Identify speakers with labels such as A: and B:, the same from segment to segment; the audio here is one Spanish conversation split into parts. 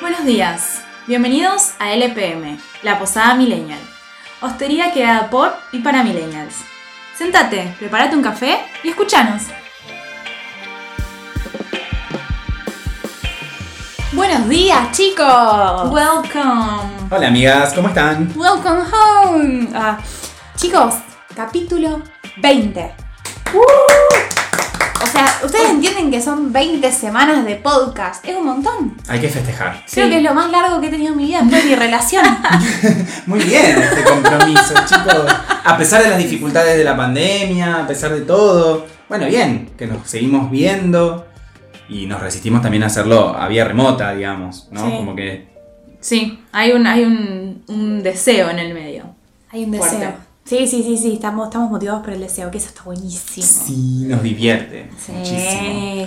A: Buenos días, bienvenidos a LPM, la Posada Millennial, hostería creada por y para millennials. Sentate, prepárate un café y escúchanos.
B: Buenos días, chicos.
A: Welcome,
C: Hola amigas, ¿cómo están?
B: Welcome home. Ah, chicos, capítulo 20. O sea, ustedes entienden que son 20 semanas de podcast. Es un montón.
C: Hay que festejar.
B: Creo
A: Sí.
B: que es lo más largo que he tenido en mi vida después de mi relación.
C: Muy bien este compromiso, chicos. A pesar de las dificultades de la pandemia, a pesar de todo. Bueno, bien, que nos seguimos viendo y nos resistimos también a hacerlo a vía remota, digamos, ¿no?
A: Sí.
C: Como que
A: Sí, hay un, hay un, un deseo en el medio.
B: Hay un
A: Fuerte.
B: deseo. Sí, sí, sí, sí. Estamos, estamos motivados por el deseo, que eso está buenísimo.
C: sí nos divierte muchísimo.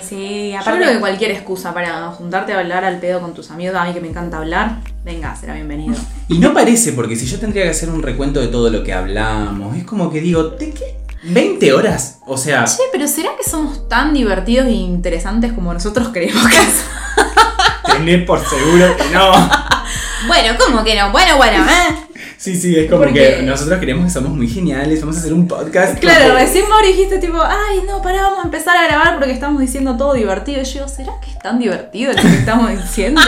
B: Sí, sí.
A: Yo creo que
B: Aparte,
A: cualquier excusa para juntarte a hablar al pedo con tus amigos, a mí que me encanta hablar, venga, será bienvenido.
C: Y no parece, porque si yo tendría que hacer un recuento de todo lo que hablamos, es como que digo, ¿de qué? ¿20 horas? O sea,
A: Che, pero ¿será que somos tan divertidos e interesantes como nosotros creemos que somos?
C: tenés por seguro que no.
B: bueno, ¿cómo que no? Bueno, bueno, ¿eh?
C: Sí, sí, es como
A: Porque-
C: que nosotros creemos que somos muy geniales, vamos a hacer un podcast.
A: Claro,
C: porque-
A: recién Mauro dijiste tipo, ay, no, pará, vamos a empezar a grabar porque estamos diciendo todo divertido. Y yo digo, ¿será que es tan divertido lo que estamos diciendo?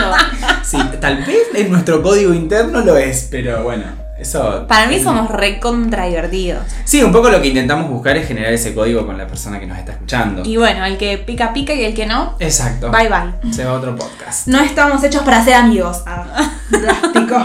C: Sí, tal vez en nuestro código interno lo es, pero bueno, eso...
B: Para mí somos recontra divertidos.
C: Sí, un poco lo que intentamos buscar es generar ese código con la persona que nos está escuchando.
B: Y bueno, el que pica, pica y el que no,
C: Exacto.
B: bye bye.
C: Se va a otro podcast.
A: No estamos hechos para ser amigos. Ah.
C: Drástico.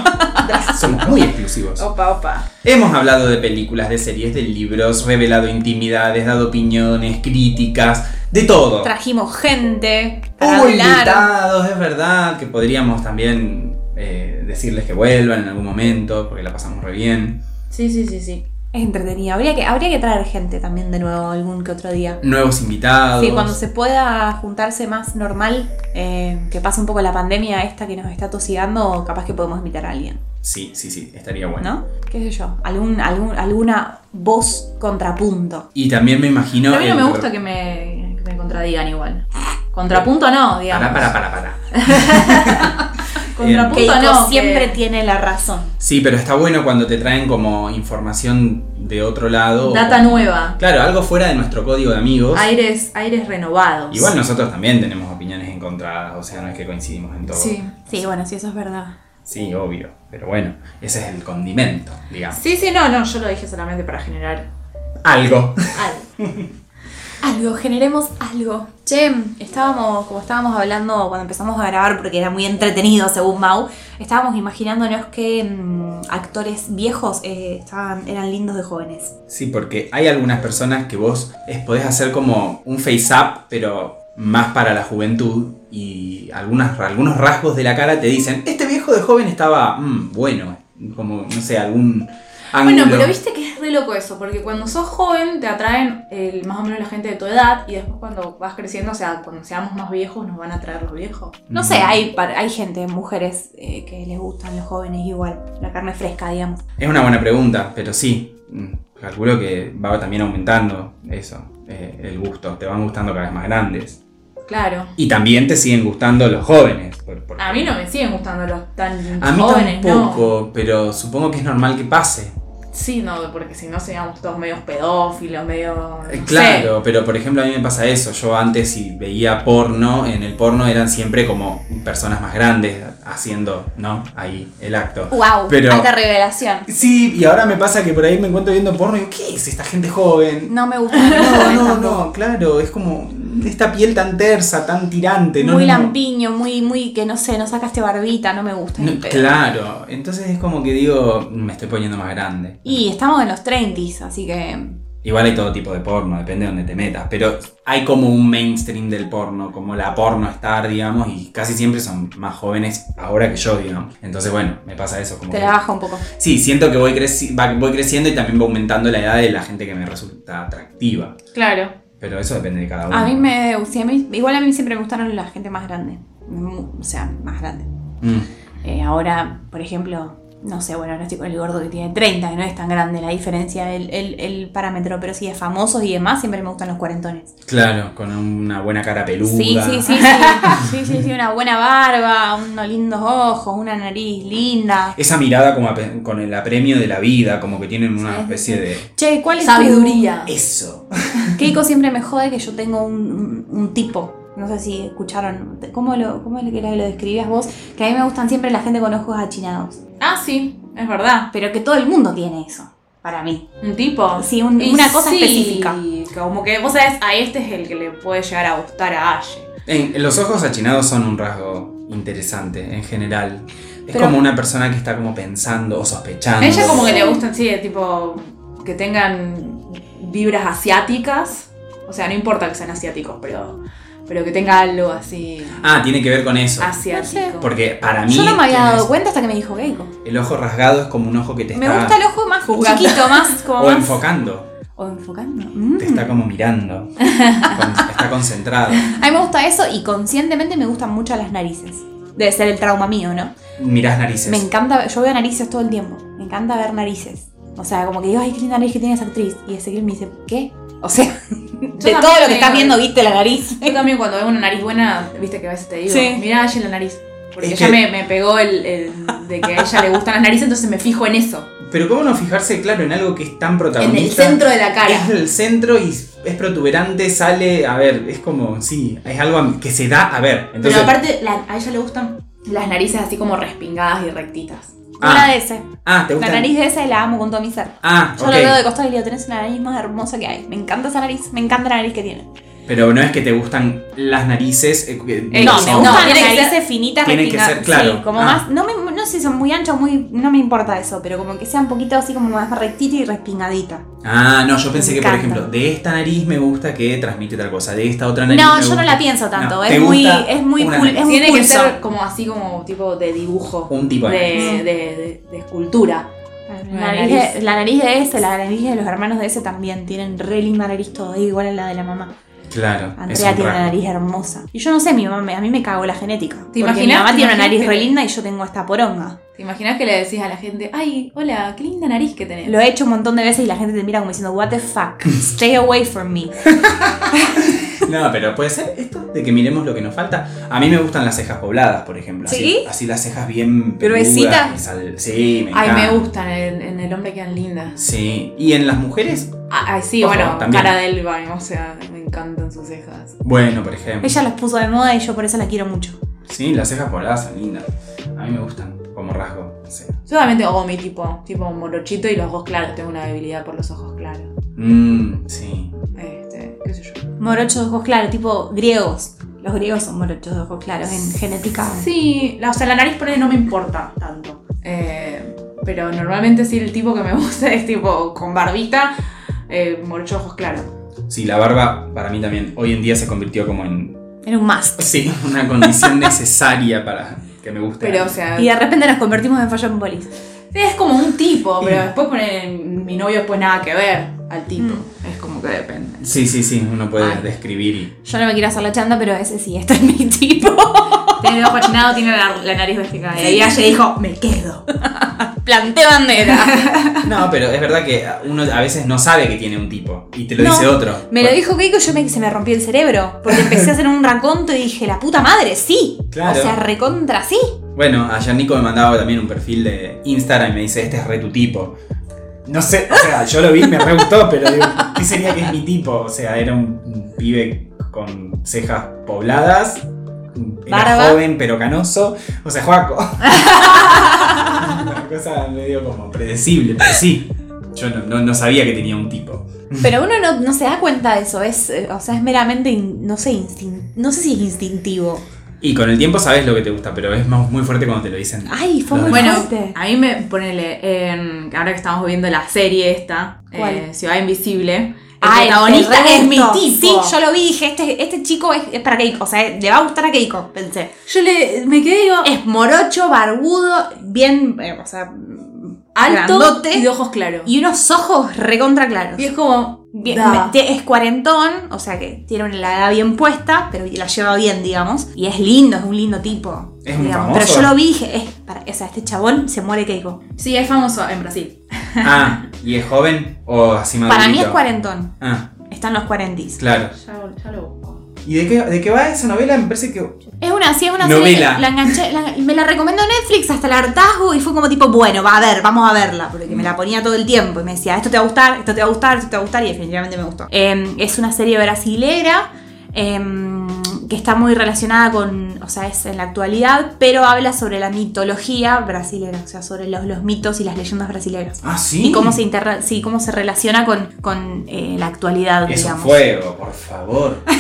C: somos muy exclusivos.
A: Opa, opa.
C: Hemos hablado de películas, de series, de libros, revelado intimidades, dado opiniones, críticas, de todo.
B: Trajimos gente
A: Ah,
B: para
C: Hubo
B: hablar.
C: invitados, es verdad, que podríamos también eh, decirles que vuelvan en algún momento, porque la pasamos re bien.
A: Sí, sí, sí, sí.
B: Es entretenido. Habría que, habría que traer gente también de nuevo algún que otro día.
C: Nuevos invitados.
B: Sí, cuando se pueda juntarse más normal, eh, que pase un poco la pandemia esta que nos está tosigando, capaz que podemos invitar a alguien,
C: Sí, sí, sí, estaría bueno.
B: ¿no? ¿Qué sé yo? Algún, algún, alguna voz contrapunto.
C: Y también me imagino.
A: a mí no
C: el-
A: me gusta que me, que me contradigan igual. Contrapunto no, digamos.
C: Pará, pará, pará, pará.
B: Que
A: Contrapunto
B: Ico
A: no. que-
B: siempre tiene la razón.
C: Sí, pero está bueno cuando te traen como información de otro lado.
A: Data
C: o-
A: nueva.
C: Claro, algo fuera de nuestro código de amigos.
A: Aires, aires renovados.
C: Igual nosotros también tenemos opiniones encontradas, o sea, no es que coincidimos en todo.
A: Sí.
B: Sí, bueno, sí, eso es verdad.
C: Sí, obvio. Pero bueno, ese es el condimento, digamos.
A: Sí, sí, no, no, yo lo dije solamente para generar
C: Algo.
A: algo.
B: Algo, generemos algo. Che, estábamos, como estábamos hablando cuando empezamos a grabar, porque era muy entretenido según Mau, estábamos imaginándonos que mm, actores viejos eh, estaban, eran lindos de jóvenes.
C: Sí, porque hay algunas personas que vos es- podés hacer como un face up, pero más para la juventud. Y algunas, algunos rasgos de la cara te dicen, este viejo de joven estaba mm, bueno, como, no sé, algún ángulo.
A: Bueno, pero viste que es re loco eso, porque cuando sos joven te atraen el- más o menos la gente de tu edad y después cuando vas creciendo, o sea, cuando seamos más viejos nos van a atraer los viejos.
B: No
C: Mm.
B: sé, hay, par- hay gente, mujeres eh, que les gustan los jóvenes igual, la carne fresca, digamos.
C: Es una buena pregunta, pero sí, mm, calculo que va también aumentando eso, eh, el gusto. Te van gustando cada vez más grandes.
A: Claro.
C: Y también te siguen gustando los jóvenes. por- porque-
A: A mí no me siguen gustando los tan
C: A mí
A: jóvenes,
C: tampoco, pero supongo que es normal que pase.
A: ¿no? Sí, no, porque si no seríamos todos medios pedófilos, medio. no
C: Eh,
A: sé.
C: Claro, pero por ejemplo a mí me pasa eso. Yo antes si veía porno, en el porno eran siempre como personas más grandes haciendo, ¿no? Ahí el acto.
B: ¡Wow!
C: Pero-
B: Alta revelación.
C: Sí, y ahora me pasa que por ahí me encuentro viendo porno y digo, ¿qué es esta gente joven?
B: No me gusta.
C: No, no, no, claro, es como esta piel tan tersa, tan tirante, Eh, ¿no?
B: Muy
C: no, no.
B: lampiño, muy, muy, que no sé, no sacaste barbita, no me gusta. ni
C: No,
B: en pedo.
C: claro, entonces es como que digo, me estoy poniendo más grande.
B: Y estamos en los 30, así que
C: Igual hay todo tipo de porno, depende de dónde te metas, pero hay como un mainstream del porno, como la porno star, digamos, y casi siempre son más jóvenes ahora que yo, digamos. Entonces, bueno, me pasa eso como...
B: te
C: que-
B: la baja un poco.
C: Sí, siento que voy, creci- va- voy creciendo y también va aumentando la edad de la gente que me resulta atractiva,
A: Claro.
C: pero eso depende de cada uno.
B: A mí me, sí, a mí- igual a mí siempre me gustaron la gente más grande, Mm, o sea, más grande.
C: Mm.
B: Eh, ahora, por ejemplo, no sé, bueno, ahora estoy con el gordo que tiene 30, que no es tan grande la diferencia, el, el, el parámetro, pero sí de famosos y demás, siempre me gustan los cuarentones.
C: Claro, con una buena cara peluda.
B: Sí, sí, sí, sí, sí, sí, sí, una buena barba, unos lindos ojos, una nariz linda.
C: Esa mirada como ape- con el apremio de la vida, como que tienen una
B: Sí,
C: especie de...
B: Che, ¿cuál es tu-
A: Sabiduría.
C: Eso.
B: Keiko siempre me jode que yo tengo un, un- un tipo. No sé si escucharon. ¿Cómo, lo, cómo es que era que lo describías vos? Que a mí me gustan siempre la gente con ojos achinados.
A: Ah, sí, es verdad.
B: Pero que todo el mundo tiene eso, para mí.
A: Un tipo.
B: Sí, un-
A: Y
B: una cosa
A: sí,
B: específica.
A: Como que vos sabés, a este es el que le puede llegar a gustar a Ashe.
C: En- los ojos achinados son un rasgo interesante en general. Es
B: Pero-
C: como una persona que está como pensando o sospechando.
A: A ella como que le gustan, sí, de tipo, que tengan vibras asiáticas. O sea, no importa que sean asiáticos, pero, pero que tenga algo así
C: Ah, tiene que ver con eso.
A: asiático.
C: Porque para mí
B: Yo no me había
C: tienes-
B: dado cuenta hasta que me dijo Keiko.
C: el ojo rasgado es como un ojo que te
B: Me
C: está
B: gusta el ojo más
A: jugando.
B: chiquito, más como.
C: o
B: más-
C: enfocando,
B: o enfocando. Mm.
C: te está como mirando, con- está concentrado.
B: A mí me gusta eso y conscientemente me gustan mucho las narices. Debe ser el trauma mío, ¿no?
C: Mirás narices.
B: Me encanta, yo veo narices todo el tiempo. Me encanta ver narices. O sea, como que digo, ay, qué linda nariz que tiene esa actriz. Y Ezequiel me dice, ¿qué? O sea, de
A: también
B: todo lo que
A: tengo-
B: estás viendo, viste la nariz.
A: Yo también cuando veo una nariz buena, viste que a veces te digo,
B: Sí.
A: mirá a Ashe en la nariz. Porque
C: Es
A: ella
C: que-
A: me, me pegó el, el de que a ella le gustan las narices, entonces me fijo en eso.
C: Pero cómo no fijarse, claro, en algo que es tan
A: En el
C: protagonista.
A: centro de la
C: Es
A: cara.
C: el centro y es protuberante, sale, a ver, es como, sí, es algo que se da a ver.
A: Pero
C: Entonces,
A: aparte, la- a ella le gustan las narices así como respingadas y rectitas.
C: Ah.
B: Una de ese.
C: ah, ¿te
B: La
C: gusta?
B: nariz de ese la amo con todo mi ser.
C: Ah,
B: Yo
C: ok.
B: lo veo de costado y le digo, tenés una nariz más hermosa que hay. Me encanta esa nariz, me encanta la nariz que tiene.
C: Pero no es que te gustan las narices. eh, que-
A: Eh,
B: No,
C: son-
B: me
A: no,
B: gustan
A: tiene
B: las
A: que ser-
B: narices finitas,
C: tienen que
B: rectitas.
C: ser, claro.
B: Sí, como
C: Ah.
B: más, no, me- no sé si son muy anchas o muy, no me importa eso, pero como que sea un poquito así como más rectita y respingadita.
C: Ah, no, yo pensé
B: Me
C: que, por
B: encanta.
C: ejemplo, de esta nariz me gusta que transmite tal cosa, de esta otra nariz.
B: No,
C: me
B: yo no
C: gusta-
B: la pienso tanto.
C: No,
B: es,
C: ¿te
B: muy,
C: gusta
B: es muy,
C: una
B: pul-
C: nariz?
B: es un
A: Tiene que
B: pulso.
A: ser como así como tipo de dibujo.
C: Un tipo de
A: de,
B: nariz.
A: de- de- de escultura.
B: La nariz, de, la nariz de ese, la nariz de los hermanos de ese también tienen re linda nariz toda, igual a la de la mamá.
C: Claro, es
B: Andrea
C: un
B: tiene una
C: rasgo.
B: nariz hermosa. Y yo no sé, mi mamá, me- a mí me cago la genética. Porque Mi
A: imaginas?
B: mamá
A: ¿Te
B: tiene una
A: imaginas
B: nariz
A: que-
B: re linda y yo tengo esta poronga.
A: ¿Te imaginas que le decís a la gente, ay, hola, qué linda nariz que tenés?
B: Lo he hecho un montón de veces y la gente te mira como diciendo, what the fuck, stay away from me.
C: No, pero puede ser esto de que miremos lo que nos falta. A mí me gustan las cejas pobladas, por ejemplo. así-
B: ¿Sí?
C: Así, las cejas bien
B: ¿Gruesitas?
C: peludas, y sal- Sí, me
A: ay,
C: encanta.
A: me gustan, en, en el hombre quedan lindas.
C: Sí, y en las mujeres,
A: Ah, Ay, sí,
C: Ojo,
A: bueno,
C: también.
A: cara del baño, o sea, me encantan sus cejas.
C: bueno, por ejemplo.
B: Ella los puso de moda y yo por eso la quiero mucho.
C: Sí, las cejas pobladas son lindas. A mí me gustan como rasgo. sí.
A: Yo también tengo mi tipo, tipo morochito y los ojos claros, tengo una debilidad por los ojos claros.
C: Mm, sí.
A: Este, qué sé yo.
B: Morochos de ojos claros, tipo griegos. Los griegos son morochos de ojos claros en genética.
A: Sí, la- o sea, la nariz por ahí no me importa tanto. Eh, pero normalmente sí el tipo que me gusta es tipo con barbita, eh, morocho ojos claros.
C: Sí, la barba para mí también hoy en día se convirtió como en.
B: Era un must.
C: Sí, una condición necesaria para que me guste.
A: Pero, o sea,
B: Y de repente nos convertimos en Fashion Police.
A: Sí, es como un tipo, pero después ponen mi novio pues nada que ver al tipo. Es como que depende.
C: Sí, sí, sí, uno puede
A: Ay.
C: describir y.
B: Yo no me quiero hacer la chanda, pero ese sí, este es mi tipo.
A: Tiene el ojo achinado, tiene la, la nariz vestigada. Y ella dijo, me quedo.
B: Planté bandera.
C: No, pero es verdad que uno a veces no sabe que tiene un tipo y te lo
B: No,
C: dice otro.
B: Me lo dijo Keiko, yo me, se me rompió el cerebro. Porque empecé a hacer un raconto y dije, la puta madre, sí.
C: Claro.
B: O sea, recontra sí.
C: Bueno, ayer Nico me mandaba también un perfil de Instagram y me dice, este es re tu tipo. No sé, o sea, yo lo vi, me re gustó, pero digo, ¿qué sería que es mi tipo? O sea, era un, un pibe con cejas pobladas, era
B: Barba.
C: joven pero canoso, o sea, Joaco. Una cosa medio como predecible, pero sí, yo no, no- no sabía que tenía un tipo.
B: Pero uno no, no se da cuenta de eso. Es, eh, o sea, es meramente, in- no sé, instin- no sé si es instintivo.
C: Y con el tiempo sabes lo que te gusta, pero es más- muy fuerte cuando te lo dicen.
B: Ay, fue muy
A: Bueno,
B: fuerte.
A: a mí me ponele, en- ahora que estamos viendo la serie esta,
B: ¿Cuál?
A: eh, Ciudad Invisible, el
B: Ah, el
A: protagonista
B: terremoto.
A: es mi tipo.
B: Sí, yo lo vi y dije, este, este chico es, es para Keiko. O sea, le va a gustar a Keiko, pensé.
A: Yo le, me quedé y digo,
B: Es morocho, barbudo, bien, eh, o sea,
A: alto
B: Grandote.
A: y de ojos claros. Y,
B: Y unos ojos recontra claros.
A: es como.
B: Bien-
A: da.
B: te- es cuarentón, o sea que tiene la edad bien puesta, pero la lleva bien, digamos. Y es lindo, es un lindo tipo.
C: Es un
B: digamos.
C: famoso.
B: Pero yo lo vi y dije, eh, para- o sea, este chabón se muere Keiko.
A: Sí, es famoso en Brasil.
C: Ah, ¿y es joven o así madurito?
B: Para mí es cuarentón.
C: Ah,
B: Están los cuarentis.
C: claro.
A: Ya, lo busco.
C: ¿Y de qué, de qué va esa novela? Me parece que...
B: Es una, sí, es una serie
C: Novela.
B: que La enganché, la- me la recomendó Netflix hasta el hartazgo y fue como tipo, bueno, va a ver, vamos a verla. Porque me la ponía todo el tiempo y me decía, esto te va a gustar, esto te va a gustar, esto te va a gustar y definitivamente me gustó. Eh, es una serie brasilera em, que está muy relacionada con, o sea, es en la actualidad, pero habla sobre la mitología brasilera, o sea, sobre los, los mitos y las leyendas brasileras.
C: Ah, sí.
B: Y cómo se, interra- sí, cómo se relaciona con, con eh, la actualidad,
C: Es un
B: digamos.
C: fuego, por favor.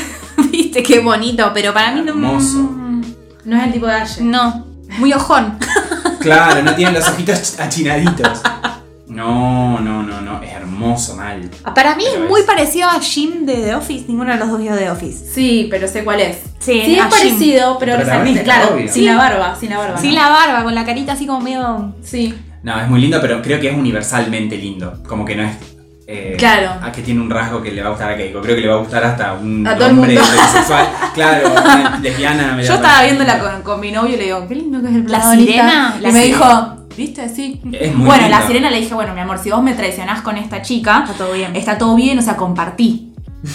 B: Viste, qué bonito, pero para mí no...
C: Hermoso.
A: Mm, No es el tipo de Aye.
B: No, muy ojón.
C: Claro, no tienen los ojitos ch- achinaditos. No, no, no, no. Es hermoso, mal.
B: Ah, Para mí
C: Pero
B: es muy
C: es-
B: parecido a Jim de The Office, ninguno de los dos vio The Office.
A: Sí, pero sé cuál es.
B: Sí,
A: Sí, es
B: a Jim.
A: parecido, pero
C: El protagonista,
A: claro,
C: obvio.
A: sin la barba, sin la barba.
B: Sin
A: ¿no?
B: la barba, con la carita así como medio.
A: Sí.
C: No, es muy lindo, pero creo que es universalmente lindo. Como que no es. eh,
A: Claro.
C: A que tiene un rasgo que le va a gustar a Keiko. Creo que le va a gustar hasta un
A: A todo el
C: hombre
A: mundo.
C: heterosexual. Claro, una lesbiana. medio
A: Yo estaba
C: rara.
A: viéndola con, con mi novio y le digo, qué lindo que es el
B: La
A: protagonista.
B: sirena,
A: Y
B: la
A: me
B: sirena.
A: dijo, ¿viste? Sí.
C: Es muy
A: bueno,
C: lindo.
A: la sirena le dije, bueno, mi amor, si vos me traicionás con esta chica,
B: Está todo bien. Es,
A: está todo bien, o sea, compartí.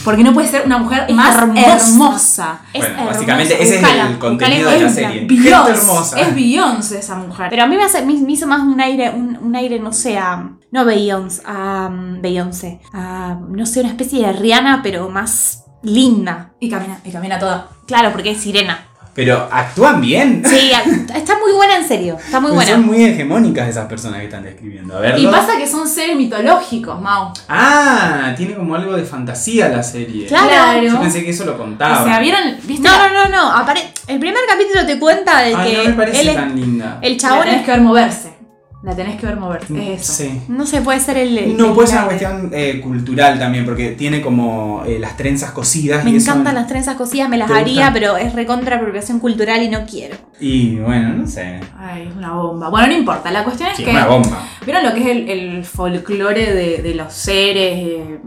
A: Porque no puede ser una mujer
B: Es
A: más
B: hermosa.
A: hermosa.
B: es
C: Bueno, básicamente
B: hermoso.
C: ese es
B: Buscala,
C: el contenido
B: buscala
C: de la
B: en
C: serie.
B: Instagram.
C: Gente
A: Beyoncé,
C: hermosa.
A: es Beyoncé esa mujer.
B: Pero a mí me, hace- me- me hizo más un aire, un, un aire, no sé, a. No Beyoncé, a. um, Beyoncé. A. No sé, una especie de Rihanna, pero más linda.
A: y camina, y camina toda.
B: Claro, porque es sirena.
C: Pero actúan bien.
B: Sí, a- está muy buena en serio. Está muy
C: Pues
B: buena.
C: Son muy hegemónicas esas personas que están describiendo. A ver.
A: Y pasa que son seres mitológicos, Mau.
C: Ah, tiene como algo de fantasía la serie.
B: Claro.
C: Yo pensé que eso lo contaba.
A: O sea, ¿vieron? ¿Viste?
B: No, no, no, no. apare- el primer capítulo te cuenta de
C: Ay,
B: que
C: no me parece
B: él es-
C: tan linda. Mm,
B: el
A: La
B: chabón es
A: tenés que ver moverse. La tenés que ver moverse. Es eso.
C: Sí.
B: No sé, puede ser el. el-
C: No, puede ser
B: la-
C: una cuestión eh, cultural también, porque tiene como eh, las trenzas cosidas.
B: Me
C: y eso-
B: encantan las trenzas cosidas, me las
C: ¿Te
B: haría,
C: gustan?
B: pero es recontra apropiación cultural y no quiero.
C: Y bueno, no sé.
A: Ay, es una bomba. Bueno, no importa. La cuestión es
C: Sí,
A: que.
C: una bomba.
A: ¿Vieron lo que es el, el folclore de, de los seres eh,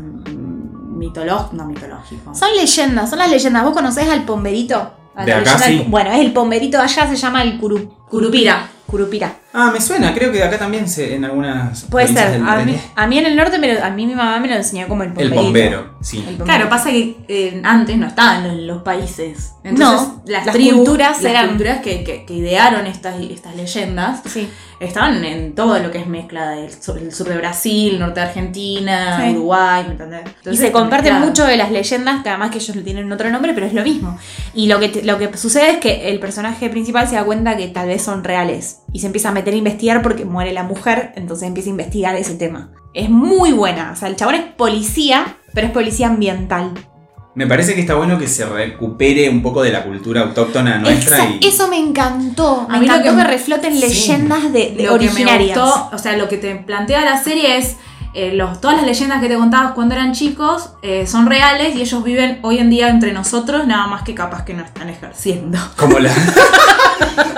A: mm, mitológicos? No, mitológicos.
B: Son leyendas, son las leyendas. ¿Vos conocés al pomberito? A
C: De
B: la
C: acá,
B: leyenda del-
C: sí.
B: Bueno, es el pomberito de allá, se llama el curu-
A: Curupira.
B: Curupira.
C: Ah, me suena, creo que acá también se, en algunas.
B: Puede
C: provincias
B: ser.
C: del-
B: A
C: del-
B: mí, a mí en el norte, me lo- a mí mi mamá me lo enseñó como el
C: El
B: pomberito.
C: bombero, sí.
B: El pomberito.
A: Claro, pasa que eh, antes no estaban los, los países. Entonces,
B: No,
A: las,
B: las
A: tribus,
B: culturas
A: las
B: eran-
A: culturas que, que- que idearon estas, estas leyendas
B: Sí.
A: estaban en todo lo que es mezcla del sur, el sur de Brasil, norte de Argentina,
B: Sí.
A: Uruguay, ¿me entendés?
B: y
A: Entonces,
B: se comparten
A: mezclado.
B: mucho de las leyendas, que además que ellos le tienen otro nombre, pero es lo mismo. Y lo que, te- lo que sucede es que el personaje principal se da cuenta que tal vez son reales. Y se empieza a meter a investigar porque muere la mujer, entonces empieza a investigar ese tema. Es muy buena. O sea, el chabón es policía, pero es policía ambiental.
C: Me parece que está bueno que se recupere un poco de la cultura autóctona nuestra.
B: Esa-
C: y...
B: Eso me encantó. Me
A: A mí lo
B: encantó que,
A: que-
B: refloten
C: sí.
B: leyendas de, de
A: eh, lo que me
B: originarias.
A: gustó, o sea, lo que te plantea la serie es eh, los, todas las leyendas que te contabas cuando eran chicos eh, son reales y ellos viven hoy en día entre nosotros, nada más que capaz que no están ejerciendo.
C: Como la.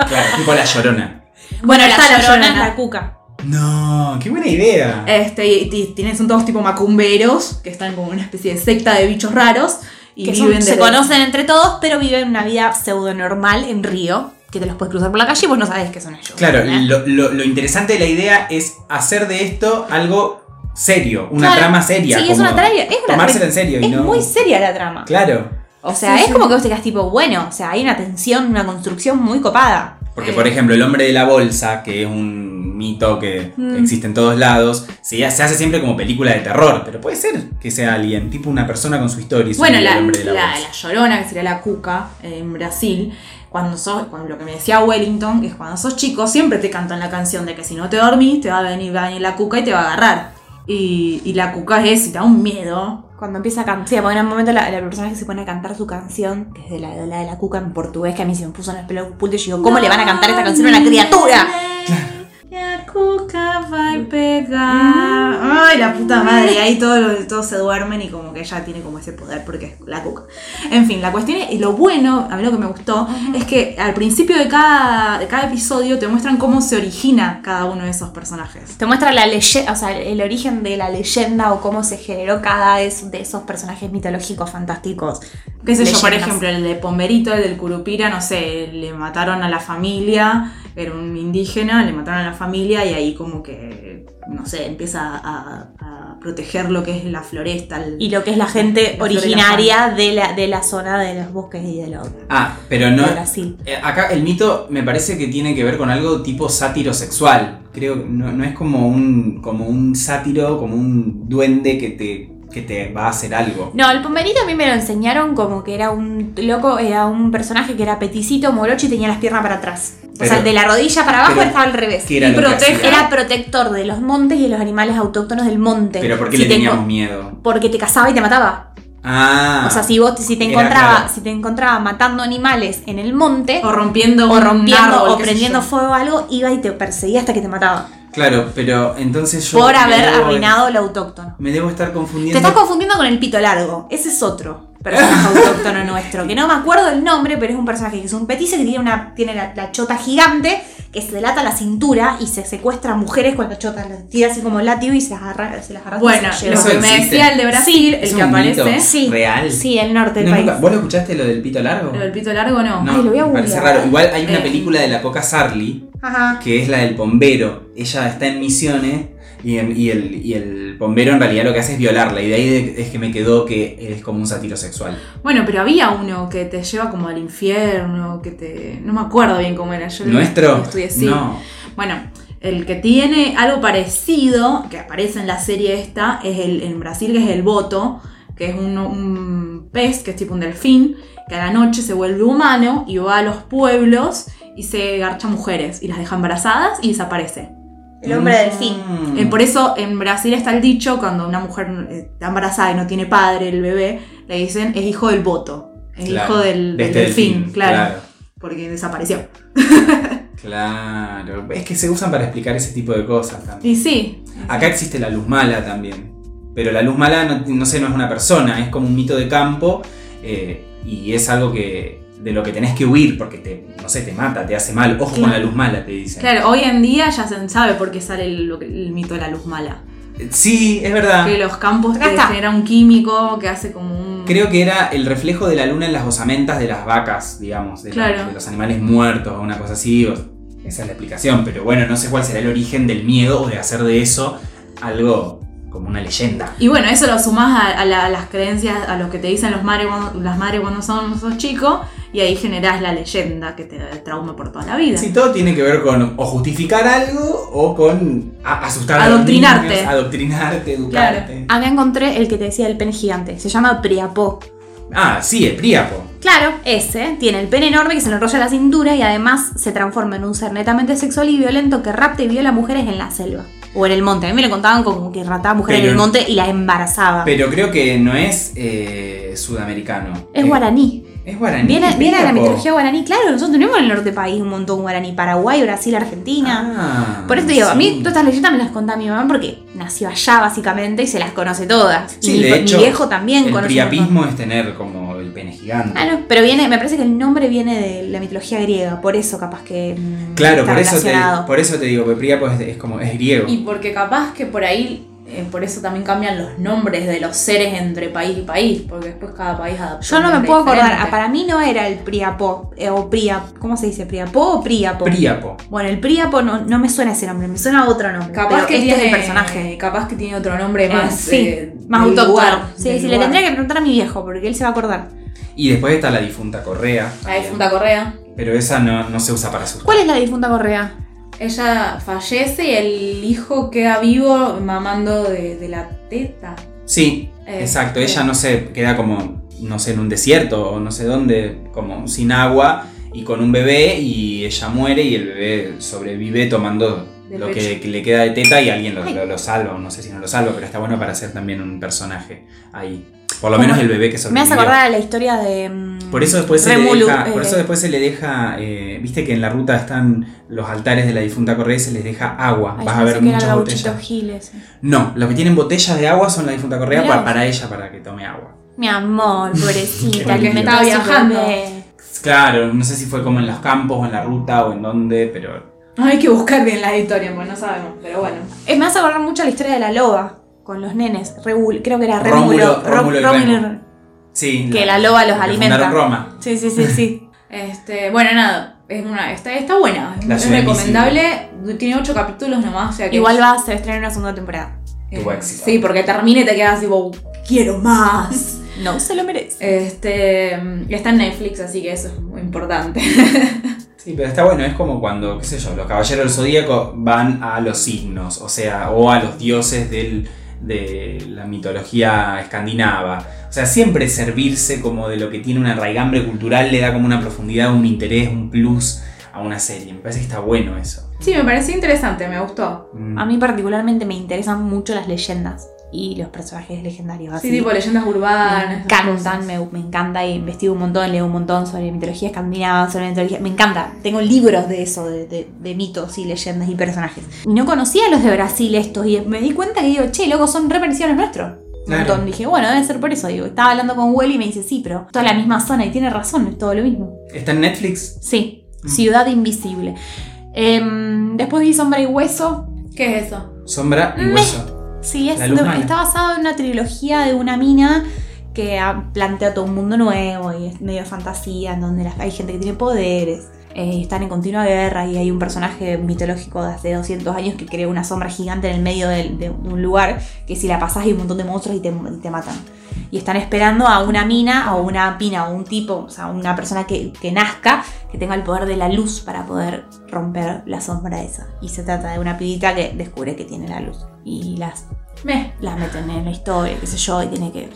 C: claro, tipo la llorona.
B: Bueno, la
A: está la
B: llorona,
A: Llorona.
B: la cuca.
C: No, qué buena idea.
A: Este, y, y tienen, son todos tipo macumberos, que están como una especie de secta de bichos raros y
B: que son-
A: viven de
B: se
A: los-
B: conocen entre todos, pero viven una vida pseudo normal en Río, que te los puedes cruzar por la calle y vos no sabés que son ellos.
C: Claro,
B: ¿eh?
C: lo, lo- lo interesante de la idea es hacer de esto algo serio, una
B: Claro.
C: trama seria.
B: Sí, es
C: como
B: una trama- es una
C: tomársela
B: trama-
C: en serio y
B: Es
C: no.
B: muy seria la trama.
C: Claro,
B: O sea,
A: Sí,
B: es
A: sí.
B: como que vos te quedas tipo, bueno, o sea, hay una tensión, una construcción muy copada.
C: porque por ejemplo, el hombre de la bolsa, que es un mito que
B: Mm.
C: existe en todos lados, se, se hace siempre como película de terror, pero puede ser que sea alguien, tipo una persona con su historia. y su
A: Bueno,
C: nombre,
A: la,
C: el hombre de la,
A: la-
C: bolsa.
A: la llorona, que sería la cuca eh, en Brasil, cuando sos, cuando lo que me decía Wellington, que es cuando sos chico, siempre te cantan la canción de que si no te dormís, te va a venir, va a venir la cuca y te va a agarrar. Y, y la cuca es, y te da un miedo.
B: Cuando empieza a cantar, sí, porque en un momento la, la persona que se pone a cantar su canción, que es de la, de la de la cuca en portugués, que a mí se me puso en los pelos pultos y yo, ¿cómo le van a cantar esta canción a una criatura?
A: La cuca va a pegar. de la puta madre. Y ahí todos, los- todos se duermen y como que ella tiene como ese poder porque es la cuca. En fin, la cuestión es, y lo bueno, a mí lo que me gustó, es que al principio de cada, de cada episodio te muestran cómo se origina cada uno de esos personajes.
B: Te muestra la leyenda, o sea, el origen de la leyenda o cómo se generó cada de, es- de esos personajes mitológicos fantásticos.
A: Qué sé yo, por
B: Leyendas.
A: ejemplo, el de Pomberito, el del Curupira, no sé, le mataron a la familia, era un indígena, le mataron a la familia y ahí como que, no sé, empieza a, a proteger lo que es la floresta. el-
B: Y lo que es la gente
A: La flor y la
B: originaria de la, de la zona de los bosques y de, lo,
C: Ah, pero no.
B: de Brasil.
C: eh, Acá el mito me parece que tiene que ver con algo tipo sátiro sexual. Creo que no, no es como un, como un sátiro, como un duende que te, que te va a hacer algo.
B: No, el pomberito a mí me lo enseñaron como que era un loco, era un personaje que era peticito, morocho y tenía las piernas para atrás. o sea,
C: Pero-
B: de la rodilla para abajo
C: pero-
B: estaba al revés.
C: que era
B: y
C: lo que
B: protege,
C: hacía.
B: era protector de los montes y de los animales autóctonos del monte.
C: Pero ¿por qué
B: Si
C: le
B: te
C: teníamos
B: enco-
C: miedo?
B: Porque te cazaba y te mataba.
C: Ah.
B: o sea, si vos si te
C: era
B: encontraba,
C: claro.
B: si te encontraba matando animales en el monte
A: o rompiendo
B: o
A: un
B: rompiendo
A: árbol,
B: o
A: qué sé
B: prendiendo
A: yo.
B: fuego a algo, iba y te perseguía hasta que te mataba.
C: Claro, pero entonces yo.
B: por
C: me
B: haber
C: debo-
B: arruinado lo autóctono.
C: Me debo estar
B: Te
C: confundiendo.
B: estás confundiendo con el pito largo. Ese es otro personaje autóctono nuestro. Que no me acuerdo el nombre, pero es un personaje que es un petice que tiene, una, tiene la, la chota gigante que se delata la cintura y se secuestra a mujeres con la chota. Las tira así como látigo y se las agarra. Se las agarra
A: Bueno,
B: y se
A: lo
C: Eso
A: que me
C: existe.
A: decía el de Brasil, el
C: Es
A: que
C: un mito.
A: aparece.
B: Sí.
C: Real.
B: Sí, el norte del
C: No,
B: país.
C: nunca- ¿Vos lo escuchaste lo del pito largo?
A: Lo del pito largo no.
C: No,
B: Ay, lo voy a
C: me parece
B: googlear.
C: raro. Igual hay una
A: Eh.
C: película de la Coca Sarli
B: Ajá.
C: que es la del bombero. Ella está en misiones y, en- y el, y el bombero en realidad lo que hace es violarla. Y de ahí de- es que me quedó que es como un satiro sexual.
A: Bueno, pero había uno que te lleva como al infierno, que te. No me acuerdo bien cómo era. Yo lo-
C: ¿Nuestro?
A: lo estudié, sí.
C: No.
A: Bueno, el que tiene algo parecido, que aparece en la serie esta, es el en Brasil, que es el boto, que es un, un pez, que es tipo un delfín, que a la noche se vuelve humano y va a los pueblos y se garcha mujeres y las deja embarazadas y desaparece.
B: El hombre
C: Mm.
B: del fin.
A: Eh, por eso en Brasil está el dicho, cuando una mujer eh, está embarazada y no tiene padre el bebé, le dicen es hijo del boto, es
C: Claro,
A: hijo del, del
C: de este
A: delfín, claro,
C: claro.
A: porque desapareció.
C: Claro. Es que se usan para explicar ese tipo de cosas también.
A: Y sí,
C: Acá existe la luz mala también. Pero la luz mala, no, no sé, no es una persona, es como un mito de campo eh, y es algo que de lo que tenés que huir porque te, no sé, te mata, te hace mal. Ojo con la luz mala, te dicen.
A: claro, hoy en día ya se sabe por qué sale el, lo que- el mito de la luz mala.
C: Sí, es verdad.
A: Que los campos
B: Ah. Acá
A: te
B: está.
A: genera un químico que hace como un...
C: Creo que era el reflejo de la luna en las osamentas de las vacas, digamos, de, la-
A: Claro.
C: de los animales muertos o una cosa así. o- Esa es la explicación, pero bueno, no sé cuál será el origen del miedo o de hacer de eso algo como una leyenda.
A: Y bueno, eso lo sumás a, a la- a las creencias, a lo que te dicen los madres cuando, las madres cuando son, sos chico, y ahí generás la leyenda que te trauma por toda la vida.
C: Sí, todo tiene que ver con o justificar algo o con a- asustar a
A: Adoctrinarte.
C: los niños, adoctrinarte, educarte.
B: Acá encontré el que te decía el pene gigante. Se llama Priapó.
C: Ah, sí, el Priapo.
B: Claro, ese tiene el pene enorme que se le enrolla a la cintura y además se transforma en un ser netamente sexual y violento que rapta y viola mujeres en la selva o en el monte. A mí me lo contaban como que rataba mujeres en
C: Pero-
B: el monte y las embarazaba.
C: Pero creo que no es eh, sudamericano.
B: es
C: Eh,
B: guaraní.
C: Es guaraní.
B: Viene,
C: el
B: viene de la
C: Priapo.
B: mitología guaraní. Claro, nosotros tenemos en el norte del país un montón guaraní. Paraguay, Brasil, Argentina.
C: Ah,
B: Por eso te digo, a mí
C: sí.
B: todas estas leyendas me las contaba mi mamá porque nació allá básicamente y se las conoce todas.
C: Sí,
B: y mi,
C: de hecho,
B: mi viejo también
C: El
B: conoce un montón.
C: priapismo es tener como el pene gigante.
B: Ah, no, pero viene, me parece que el nombre viene de la mitología griega, por eso capaz que mm,
C: Claro,
B: está
C: por eso, te,
B: relacionado.
C: por eso te digo que priapo es, es como es griego.
A: Y porque capaz que por ahí, eh, por eso también cambian los nombres de los seres entre país y país, porque después cada país adapta.
B: Yo
A: un
B: no me
A: nombre
B: puedo acordar,
A: diferente.
B: ah, para mí no era el Priapo, eh, o Priapo, ¿cómo se dice? ¿Priapo o Priapo?
C: Priapo.
B: bueno, el Priapo no, no me suena ese nombre, me suena a otro nombre.
A: Capaz
B: pero
A: que
B: este
A: tiene,
B: es el personaje.
A: Capaz que tiene otro nombre
B: Eh,
A: más.
B: sí,
A: eh,
B: más
A: del
B: autóctono.
A: lugar,
B: sí,
A: del
B: sí, le
A: lugar.
B: tendría que preguntar a mi viejo, porque él se va a acordar.
C: Y después está la difunta Correa.
A: La difunta Correa.
C: Pero esa no, no se usa para sus.
B: ¿Cuál es la difunta Correa?
A: Ella fallece y el hijo queda vivo mamando de, de la teta.
C: Sí,
A: Eh,
C: exacto.
A: eh.
C: Ella no se queda como, no sé, en un desierto o no sé dónde, como sin agua y con un bebé y ella muere y el bebé sobrevive tomando
A: Del
C: lo que,
A: pecho.
C: que le queda de teta y alguien lo,
B: Ay.
C: lo- lo salva, o no sé si no lo salva, pero está bueno para hacer también un personaje ahí. Por lo
B: Como-
C: menos el bebé que sobrevive.
B: Me hace acordar a la historia de mm,
C: Por eso después se
B: Remulu,
C: le deja, por
B: eh.
C: eso después se le deja, eh, viste que en la ruta están los altares de la difunta Correa y se les deja agua.
B: Ay,
C: Vas
B: yo
C: a
B: pensé
C: ver
B: que eran
C: muchas
B: gauchitos
C: botellas.
B: giles.
C: No, los que tienen botellas de agua son la difunta Correa
B: Mirá
C: para,
B: vos.
C: para ella, para que tome agua.
B: Mi amor, pobrecita,
C: Porque
B: que me
A: estaba
B: estaba viajando.
A: viajando.
C: Claro, no sé si fue como en los campos o en la ruta o en dónde, pero
A: Hay que buscar bien la historia, pues no sabemos, pero bueno.
B: Eh, me hace acordar mucho la historia de la loba con los nenes. Regul- creo que era Rémulo.
C: Rómulo- Rómulo y
B: Ro- Rómulo y
C: Remo. sí.
B: Que la loba los
C: que
B: alimenta.
C: fundaron Roma.
B: Re- Sí, sí, sí, sí.
A: Este, bueno, nada, es una, está, está buena, es
C: La
A: muy
C: ciudad
A: recomendable, tiene ocho capítulos nomás, o sea que
B: Igual va, se va a estrenar una segunda temporada.
A: eh,
C: Tuvo éxito.
A: sí, porque termina y te quedas tipo, quiero más.
B: No se lo merece.
A: Este, mm, está en Netflix, así que eso es muy importante.
C: Sí, pero está bueno, es como cuando, qué sé yo, los caballeros del zodíaco van a los signos, o sea, o a los dioses del, de la mitología escandinava. O sea, siempre servirse como de lo que tiene una raigambre cultural le da como una profundidad, un interés, un plus a una serie. Me parece que está bueno eso.
A: Sí, me pareció interesante, me gustó.
C: Mm.
B: A mí particularmente me interesan mucho las leyendas y los personajes legendarios.
A: Sí,
B: Así
A: tipo leyendas
C: Ah,
B: me
A: urbanas. esas
B: encantan,
A: cosas.
B: me, me encanta y investigo un montón, leo un montón sobre mitología escandinava, sobre mitología. Me encanta, tengo libros de eso, de, de- de mitos y leyendas y personajes. Y no conocía a los de Brasil estos y me di cuenta que digo, che, loco, son re parecidos a los nuestros. Un
C: Claro.
B: montón. Dije, bueno, debe ser por eso. Digo, estaba hablando con Welly y me dice, sí, pero toda la misma zona y tiene razón, es todo lo mismo.
C: ¿Está en Netflix?
B: Sí,
C: Mm.
B: Ciudad Invisible. Em, después vi Sombra y Hueso.
A: ¿Qué es eso?
C: Sombra y
B: Me-
C: hueso.
B: Sí, es
C: La luz
B: de-
C: mala.
B: está basado en una trilogía de una mina que ah, plantea todo un mundo nuevo y es medio fantasía, en donde las- hay gente que tiene poderes. eh, y están en continua guerra y hay un personaje mitológico de hace 200 años que crea una sombra gigante en el medio del- de, un lugar que si la pasas hay un montón de monstruos y te, y te matan. Y están esperando a una mina o una pina o un tipo, o sea, una persona que, que nazca, que tenga el poder de la luz para poder romper la sombra esa. Y se trata de una pibita que descubre que tiene la luz. Y las
A: Me.
B: la meten en la historia, qué sé yo, y tiene que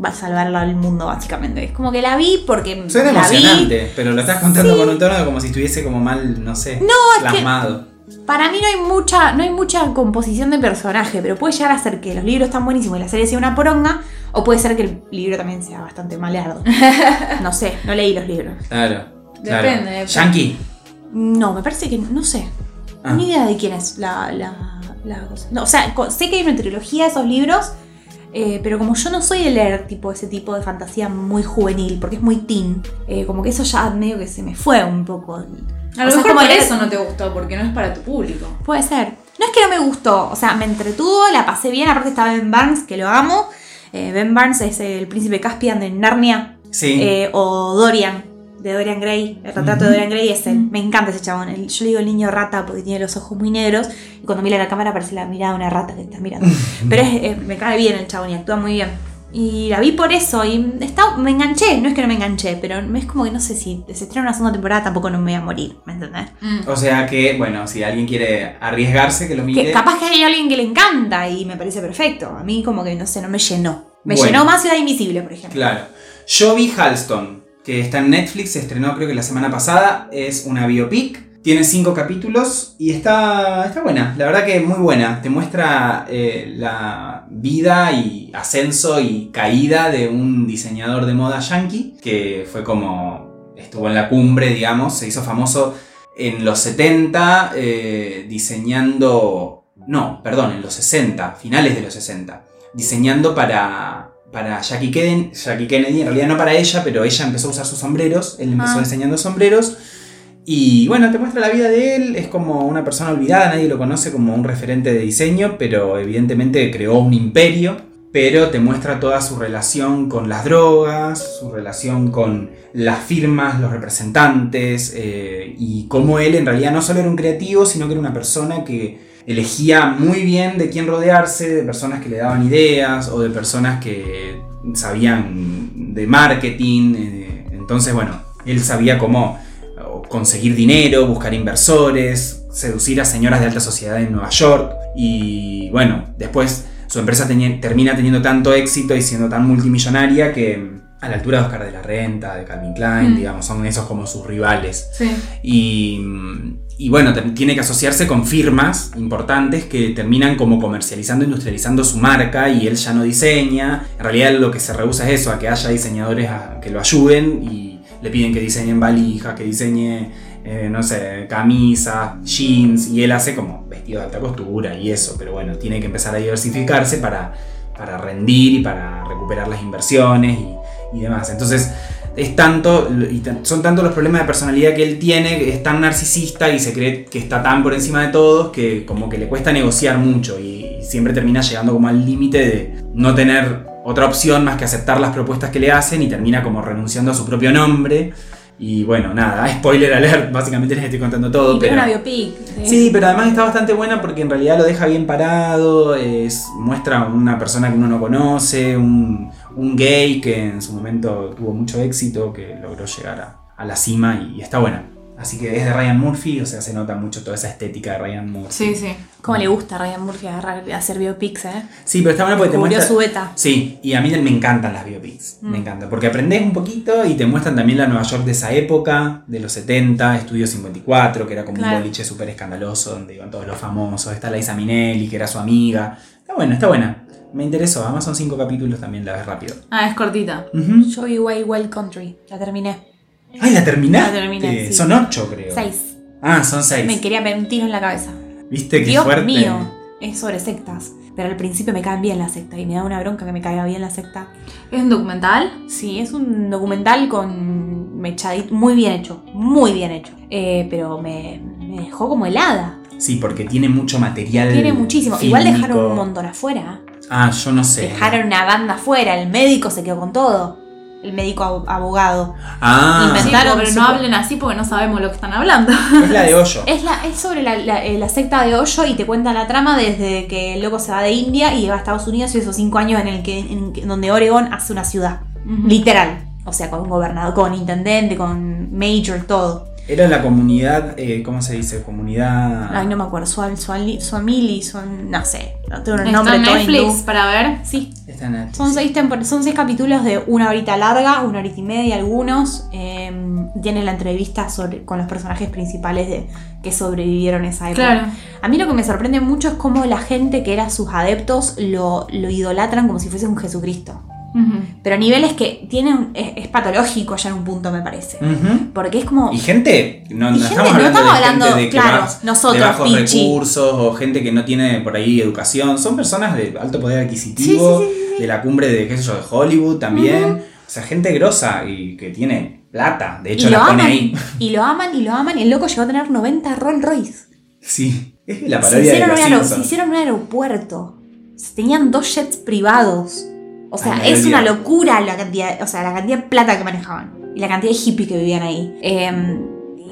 B: va a salvarla al mundo básicamente. Es como que la vi porque
C: Suena
B: la vi.
C: emocionante, pero lo estás contando con un tono de como si estuviese como mal, no sé,
B: que-
C: plasmado.
B: Para mí no hay mucha no hay mucha composición de personaje, pero puede llegar a ser que los libros están buenísimos y la serie sea una poronga o puede ser que el libro también sea bastante maleardo. No sé, no leí los libros.
C: Claro. claro.
A: Depende, depende.
C: Yankee.
B: No, me parece que no sé.
C: Ah.
B: Ni idea de quién es la, la, la cosa. No, o sea, co- sé que hay una trilogía de esos libros, eh, pero como yo no soy de leer tipo ese tipo de fantasía muy juvenil, porque es muy teen, eh, como que eso ya medio que se me fue un poco.
A: A
B: O
A: lo
B: sea,
A: mejor
B: como
A: por
B: leer-
A: eso no te gustó, porque no es para tu público.
B: Puede ser. No es que no me gustó, o sea, me entretuvo, la pasé bien, aparte estaba Ben Barnes, que lo amo. Eh, ben Barnes es el príncipe Caspian de Narnia,
C: Sí.
B: eh, o Dorian, de Dorian Gray. El retrato de Dorian Gray es él. Me encanta ese chabón. El- yo le digo el niño rata porque tiene los ojos muy negros. Y cuando mira la cámara parece la mirada de una rata que está mirando. Pero es- eh, me cae bien el chabón y actúa muy bien. Y la vi por eso y está, me enganché. No es que no me enganché, pero es como que no sé si se estrena una segunda temporada tampoco no me voy a morir. ¿Me entendés?
A: Mm.
C: O sea que, bueno, si alguien quiere arriesgarse, que lo mire.
B: Que capaz que hay alguien que le encanta y me parece perfecto. A mí como que no sé, no me llenó. Me
C: Bueno.
B: llenó más Ciudad Invisible, por ejemplo.
C: Claro. Yo vi Halston, que está en Netflix, se estrenó creo que la semana pasada. Es una biopic. Tiene cinco capítulos y está, está buena. La verdad que es muy buena. Te muestra eh, la vida y ascenso y caída de un diseñador de moda yankee que fue como estuvo en la cumbre, digamos, se hizo famoso en los 70 eh, diseñando, no, perdón, en los 60, finales de los 60, diseñando para, para Jackie, Kennedy, Jackie Kennedy, en realidad no para ella, pero ella empezó a usar sus sombreros, él empezó
B: Ah.
C: diseñando sombreros. Y bueno, te muestra la vida de él, es como una persona olvidada, nadie lo conoce como un referente de diseño, pero evidentemente creó un imperio, pero te muestra toda su relación con las drogas, su relación con las firmas, los representantes eh, y cómo él en realidad no solo era un creativo, sino que era una persona que elegía muy bien de quién rodearse, de personas que le daban ideas o de personas que sabían de marketing. eh, Entonces, bueno, él sabía cómo o conseguir dinero, buscar inversores, seducir a señoras de alta sociedad en Nueva York. Y bueno, después su empresa teni- termina teniendo tanto éxito y siendo tan multimillonaria que a la altura de Oscar de la Renta, de Calvin Klein,
A: Mm.
C: digamos, son esos como sus rivales.
A: Sí.
C: Y, y bueno, te- tiene que asociarse con firmas importantes que terminan como comercializando, industrializando su marca y él ya no diseña. En realidad lo que se rehúsa es eso, a que haya diseñadores a- que lo ayuden y le piden que diseñen valijas, que diseñe, eh, no sé, camisas, jeans, y él hace como vestido de alta costura y eso, pero bueno, tiene que empezar a diversificarse para, para rendir y para recuperar las inversiones y, y demás. Entonces, es tanto, y tan- son tantos los problemas de personalidad que él tiene, que es tan narcisista y se cree que está tan por encima de todos que como que le cuesta negociar mucho y, y siempre termina llegando como al límite de no tener otra opción más que aceptar las propuestas que le hacen y termina como renunciando a su propio nombre. Y bueno, nada, spoiler alert, básicamente les estoy contando todo.
B: Y tiene
C: pero...
B: una biopic. de-
C: Sí, pero además está bastante buena porque en realidad lo deja bien parado, es, muestra una persona que uno no conoce, un, un gay que en su momento tuvo mucho éxito, que logró llegar a, a la cima y, y está buena. Así que es de Ryan Murphy, o sea, se nota mucho toda esa estética de Ryan Murphy.
A: Sí, sí.
B: Cómo le gusta a Ryan Murphy agarrar, hacer biopics, ¿eh?
C: Sí, pero está buena porque te
B: Cubrió
C: muestra...
B: su beta.
C: Sí, y a mí me encantan las biopics, me
A: Mm.
C: encanta, porque aprendes un poquito y te muestran también la Nueva York de esa época, de los 70, Estudio 54, que era como
B: Claro.
C: un boliche súper escandaloso donde iban todos los famosos, está Liza Minelli, que era su amiga, está buena, está buena, me interesó, además son 5 capítulos también, la ves rápido.
A: Ah, es cortita.
C: Ujú.
B: Yo vi Wild Wild Country, la terminé.
C: ¡Ay, la terminaste!
B: La terminé, sí.
C: Son 8 creo.
B: Seis.
C: Ah, son 6.
B: Me quería pegar un tiro en la cabeza.
C: ¿Viste qué
B: Dios
C: fuerte?
B: mío, es sobre sectas. Pero al principio me caen bien la secta y me da una bronca que me caiga bien la secta.
A: ¿Es un documental?
B: Sí, es un documental con mechadito, muy bien hecho, muy bien hecho. Eh, pero me, me dejó como helada.
C: Sí, porque tiene mucho material.
B: Tiene muchísimo. Igual dejaron
C: fílmico.
B: un montón afuera.
C: Ah, yo no sé.
B: Dejaron una banda afuera. El médico se quedó con todo. El médico ab- abogado.
C: Ah,
A: Sí,
B: Inventaron
A: pero
B: su-
A: no hablen así porque no sabemos lo que están hablando.
C: es la de hoyo.
B: Es, la, es sobre la, la- eh, la secta de Hoyo y te cuenta la trama desde que el loco se va de India y va a Estados Unidos y esos cinco años en el que en- en donde Oregon hace una ciudad. Literal. O sea, con un gobernador, con intendente, con major, todo.
C: Era la comunidad, eh, ¿cómo se dice? Comunidad...
A: Ah.
B: Ay, no me acuerdo. Sual, Sual, Suamili, son. No sé. No tengo un
A: Está
B: nombre
A: en
B: todo
A: Netflix
B: hindú.
A: para ver.
B: Sí.
C: Está en Netflix.
B: Son seis, tempor- son seis capítulos de una horita larga, una horita y media algunos. Eh, tienen la entrevista sobre, con los personajes principales de, que sobrevivieron esa época.
A: Claro.
B: A mí lo que me sorprende mucho es cómo la gente que era sus adeptos lo, lo idolatran como si fuese un Jesucristo.
A: Ujú.
B: Pero a niveles que tienen. Es, es patológico ya en un punto, me parece.
C: Ujú.
B: Porque es como.
C: Mm. Y gente, no, no
B: Y gente,
C: estamos
B: no
C: hablando
B: estamos
C: de
B: hablando,
C: gente de, que
B: claro,
C: baj-
B: nosotros,
C: de bajos
B: Pichi.
C: recursos o gente que no tiene por ahí educación. Son personas de alto poder adquisitivo, de la cumbre de, qué sé yo, de Hollywood también. O sea, gente grosa y que tiene plata. De hecho,
B: y lo
C: la pone
B: aman.
C: ahí.
B: Y lo aman y lo aman. y el loco llegó a tener 90 Rolls Royce.
C: Sí, es la
B: Se
C: parodia de
B: hicieron,
C: los
B: un aero- se
C: Simpsons.
B: hicieron un aeropuerto. Se tenían dos jets privados. O sea,
C: Ay, me
B: es
C: olvidé.
B: una locura la cantidad, o sea, la cantidad de plata que manejaban. Y la cantidad de hippies que vivían ahí. Eh,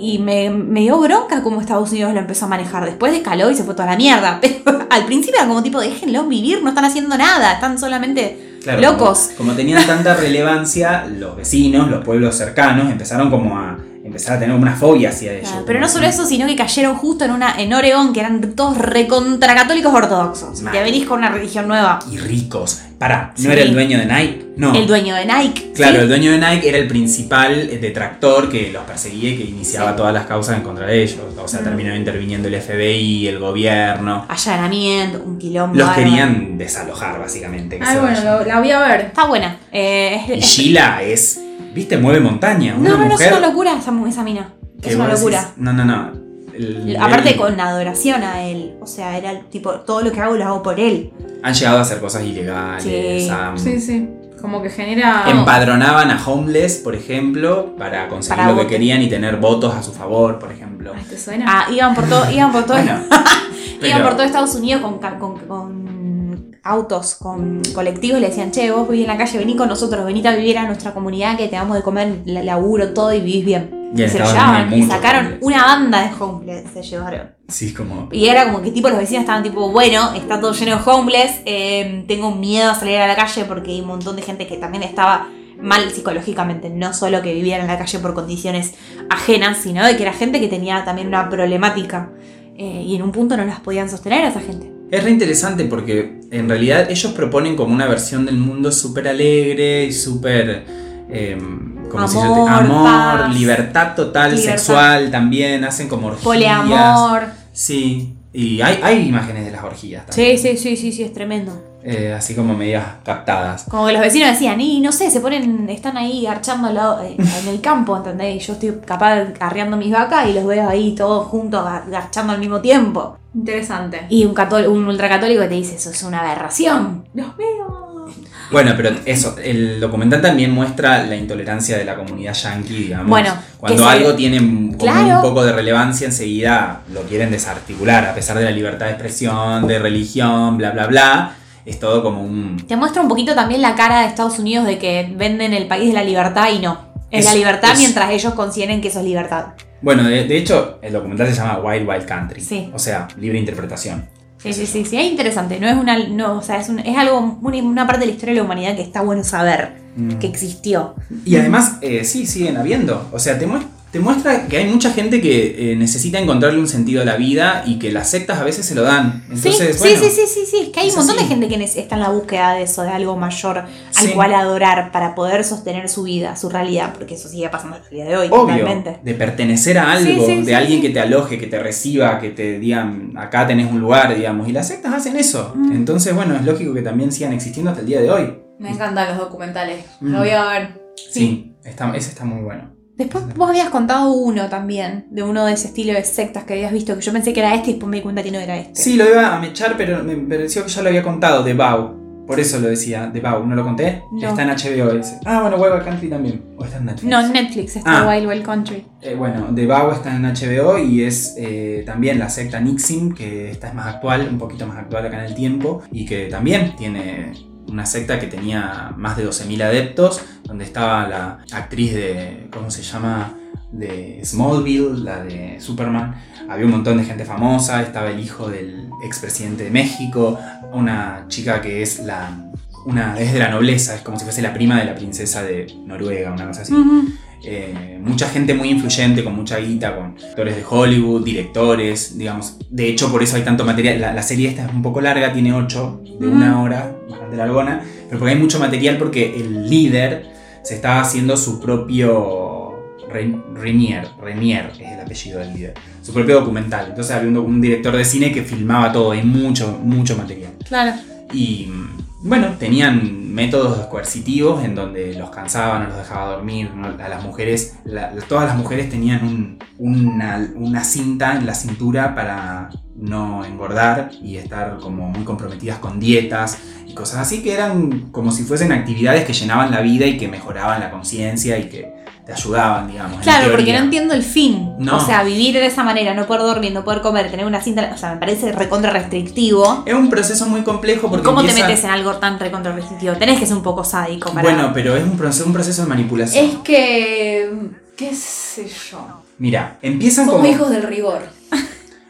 B: y me, me dio bronca cómo Estados Unidos lo empezó a manejar. Después descaló y se fue toda la mierda. Pero al principio era como tipo, déjenlos vivir, no están haciendo nada. Están solamente...
C: Claro,
B: Locos.
C: Como, como tenían tanta relevancia, los vecinos, los pueblos cercanos, empezaron como a empezar a tener una fobia hacia ellos.
B: Pero
C: Como
B: no solo
C: que-
B: eso, sino que cayeron justo en una en Oregón, que eran todos recontracatólicos ortodoxos.
C: Mal.
B: Te venís con una religión nueva.
C: y ricos. Pará, ¿no
B: Sí.
C: era el dueño de Nike? No.
B: El dueño de Nike.
C: Claro,
B: ¿sí?
C: el dueño de Nike era el principal eh, detractor que los perseguía y que iniciaba todas las causas en contra de ellos. O sea,
B: Mm.
C: terminó interviniendo el FBI, el gobierno.
B: allanamiento, un quilombo.
C: Los
B: algo.
C: querían desalojar, básicamente. que
A: Ay,
C: se
A: bueno,
C: vayan.
A: lo- la voy a ver.
B: Está buena. Eh, es-
C: Y
B: es-
C: Sheila es, viste, mueve montaña. Una
B: no, no, no, es
C: mujer
B: una locura esa, mu- esa mina.
C: que
B: Es una
C: vos
B: locura.
C: decís, no, no, no. El-
B: Aparte
C: el-
B: con adoración a él. O sea, era el tipo, todo lo que hago lo hago por él.
C: Han llegado a hacer cosas ilegales.
B: Sí.
C: han-
A: Sí, sí. Como que genera.
C: Empadronaban a homeless, por ejemplo, para conseguir
B: Para
C: lo que
B: votar.
C: querían y tener votos a su favor, por ejemplo.
A: Ay, ¿Te suena?
B: Ah, iban por todo, iban por todo,
C: Bueno,
B: iban
C: pero-
B: por todo Estados Unidos con, ca- con- con autos, con colectivos, le decían, che, vos vivís en la calle, vení con nosotros, venite a vivir a nuestra comunidad que te damos de comer, la- laburo, todo y vivís bien.
C: Y en
B: se lo
C: Estados Unidos
B: llevaban
C: hay
B: y
C: muchos
B: sacaron
C: homeless.
B: una banda de homeless, se llevaron.
C: Sí, es como.
B: Y era como que tipo los vecinos estaban tipo, bueno, está todo lleno de homeless, eh, tengo miedo a salir a la calle porque hay un montón de gente que también estaba mal psicológicamente, no solo que vivían en la calle por condiciones ajenas, sino de que era gente que tenía también una problemática eh, y en un punto no las podían sostener a esa gente.
C: Es re interesante porque en realidad ellos proponen como una versión del mundo súper alegre y súper. em, como si yo te-
B: Amor,
C: amor,
B: paz.
C: libertad total
B: Libertad.
C: sexual también. Hacen como orgías.
B: Poliamor,
C: Sí. Y hay, hay imágenes de las orgías también.
B: Sí, sí, sí, sí, sí, es tremendo.
C: Eh, así como medias captadas.
B: Como que los vecinos decían, y no sé, se ponen, están ahí archando al lado, eh, en el campo, ¿entendés? Y yo estoy capaz arreando mis vacas y los veo ahí todos juntos gar- garchando al mismo tiempo.
A: Interesante.
B: Y un, cató- un ultracatólico que te dice, eso es una aberración.
A: Dios mío.
C: Bueno, pero eso, el documental también muestra la intolerancia de la comunidad yankee, digamos.
B: Bueno, que
C: Cuando
B: se-
C: algo tiene como
B: Claro.
C: un poco de relevancia, enseguida lo quieren desarticular, a pesar de la libertad de expresión, de religión, bla, bla, bla. Es todo como un...
B: Te muestra un poquito también la cara de Estados Unidos de que venden el país de la libertad y no. Es,
C: Es-
B: la libertad
C: es-
B: mientras ellos consideren que eso es libertad.
C: Bueno, de, de hecho, el documental se llama Wild Wild Country.
B: Sí.
C: O sea, libre interpretación.
B: Sí, sí, sí, sí, es interesante. No es una, no, o sea, es, un- es algo, una, una parte de la historia de la humanidad que está bueno saber
C: Mm.
B: que existió.
C: Y además, eh, sí, siguen habiendo. O sea, te, muest- te muestra que hay mucha gente que eh, necesita encontrarle un sentido a la vida y que las sectas a veces se lo dan. Entonces,
B: sí,
C: bueno,
B: sí, sí, sí, sí, es que hay
C: es
B: un montón
C: así.
B: de gente que nece- está en la búsqueda de eso, de algo mayor al
C: Sí.
B: cual adorar para poder sostener su vida, su realidad, porque eso sigue pasando en la realidad de hoy,
C: obvio,
B: totalmente.
C: de pertenecer a algo,
B: Sí, sí,
C: de
B: sí,
C: alguien
B: sí.
C: que te aloje, que te reciba, que te digan, acá tenés un lugar, digamos. Y las sectas hacen eso.
B: Mm.
C: Entonces, bueno, es lógico que también sigan existiendo hasta el día de hoy.
A: Me encantan los documentales.
C: Mm.
A: Lo voy a ver.
C: Sí, está, ese está muy bueno.
B: Después vos habías contado uno también, de uno de ese estilo de sectas que habías visto, que yo pensé que era este y después me di cuenta que no era este.
C: Sí, lo iba a mechar, pero me pareció que ya lo había contado, de Bau. Por eso lo decía, de Bau. ¿No lo conté?
B: No.
C: Está en HBO ese. Ah, bueno, Wild Wild Country también. O está en Netflix.
B: No, en Netflix, está
C: Ah.
B: Wild Wild Country.
C: Eh, bueno, The Bow está en HBO y es eh, también la secta Nixim, que esta es más actual, un poquito más actual acá en el tiempo, y que también tiene una secta que tenía más de 12.000 adeptos, donde estaba la actriz de, ¿cómo se llama? De Smallville, la de Superman. Había un montón de gente famosa, estaba el hijo del expresidente de México, una chica que es la... Una, es de la nobleza, es como si fuese la prima de la princesa de Noruega, una cosa así.
B: Ujú.
C: Eh, mucha gente muy influyente, con mucha guita, con actores de Hollywood, directores, digamos. De hecho, por eso hay tanto material. La, la serie esta es un poco larga, tiene 8 de una hora, bastante largona, pero porque hay mucho material porque el líder se está haciendo su propio Re- Renier, Renier es el apellido del líder, su propio documental. Entonces había un, doc- un director de cine que filmaba todo, hay mucho, mucho material.
B: Claro.
C: Y mm, bueno, tenían métodos coercitivos en donde los cansaban, no los dejaba dormir, no- a las mujeres, la- la- todas las mujeres tenían un- una, una cinta en la cintura para no engordar y estar como muy comprometidas con dietas y cosas así que eran como si fuesen actividades que llenaban la vida y que mejoraban la conciencia y que te ayudaban, digamos. en
B: Claro, porque
C: teoría.
B: no entiendo el fin.
C: No.
B: O sea, vivir de esa manera, no poder dormir, no poder comer, tener una cinta, o sea, me parece recontra restrictivo.
C: Es un proceso muy complejo porque
B: ¿Cómo
C: empieza-
B: te metes en algo tan recontra restrictivo? Tenés que ser un poco sádico para...
C: Bueno, pero es un proceso, un proceso de manipulación.
A: Es que. ¿Qué sé yo?
C: Mira, empiezan
A: Somos
C: como...
A: hijos del rigor.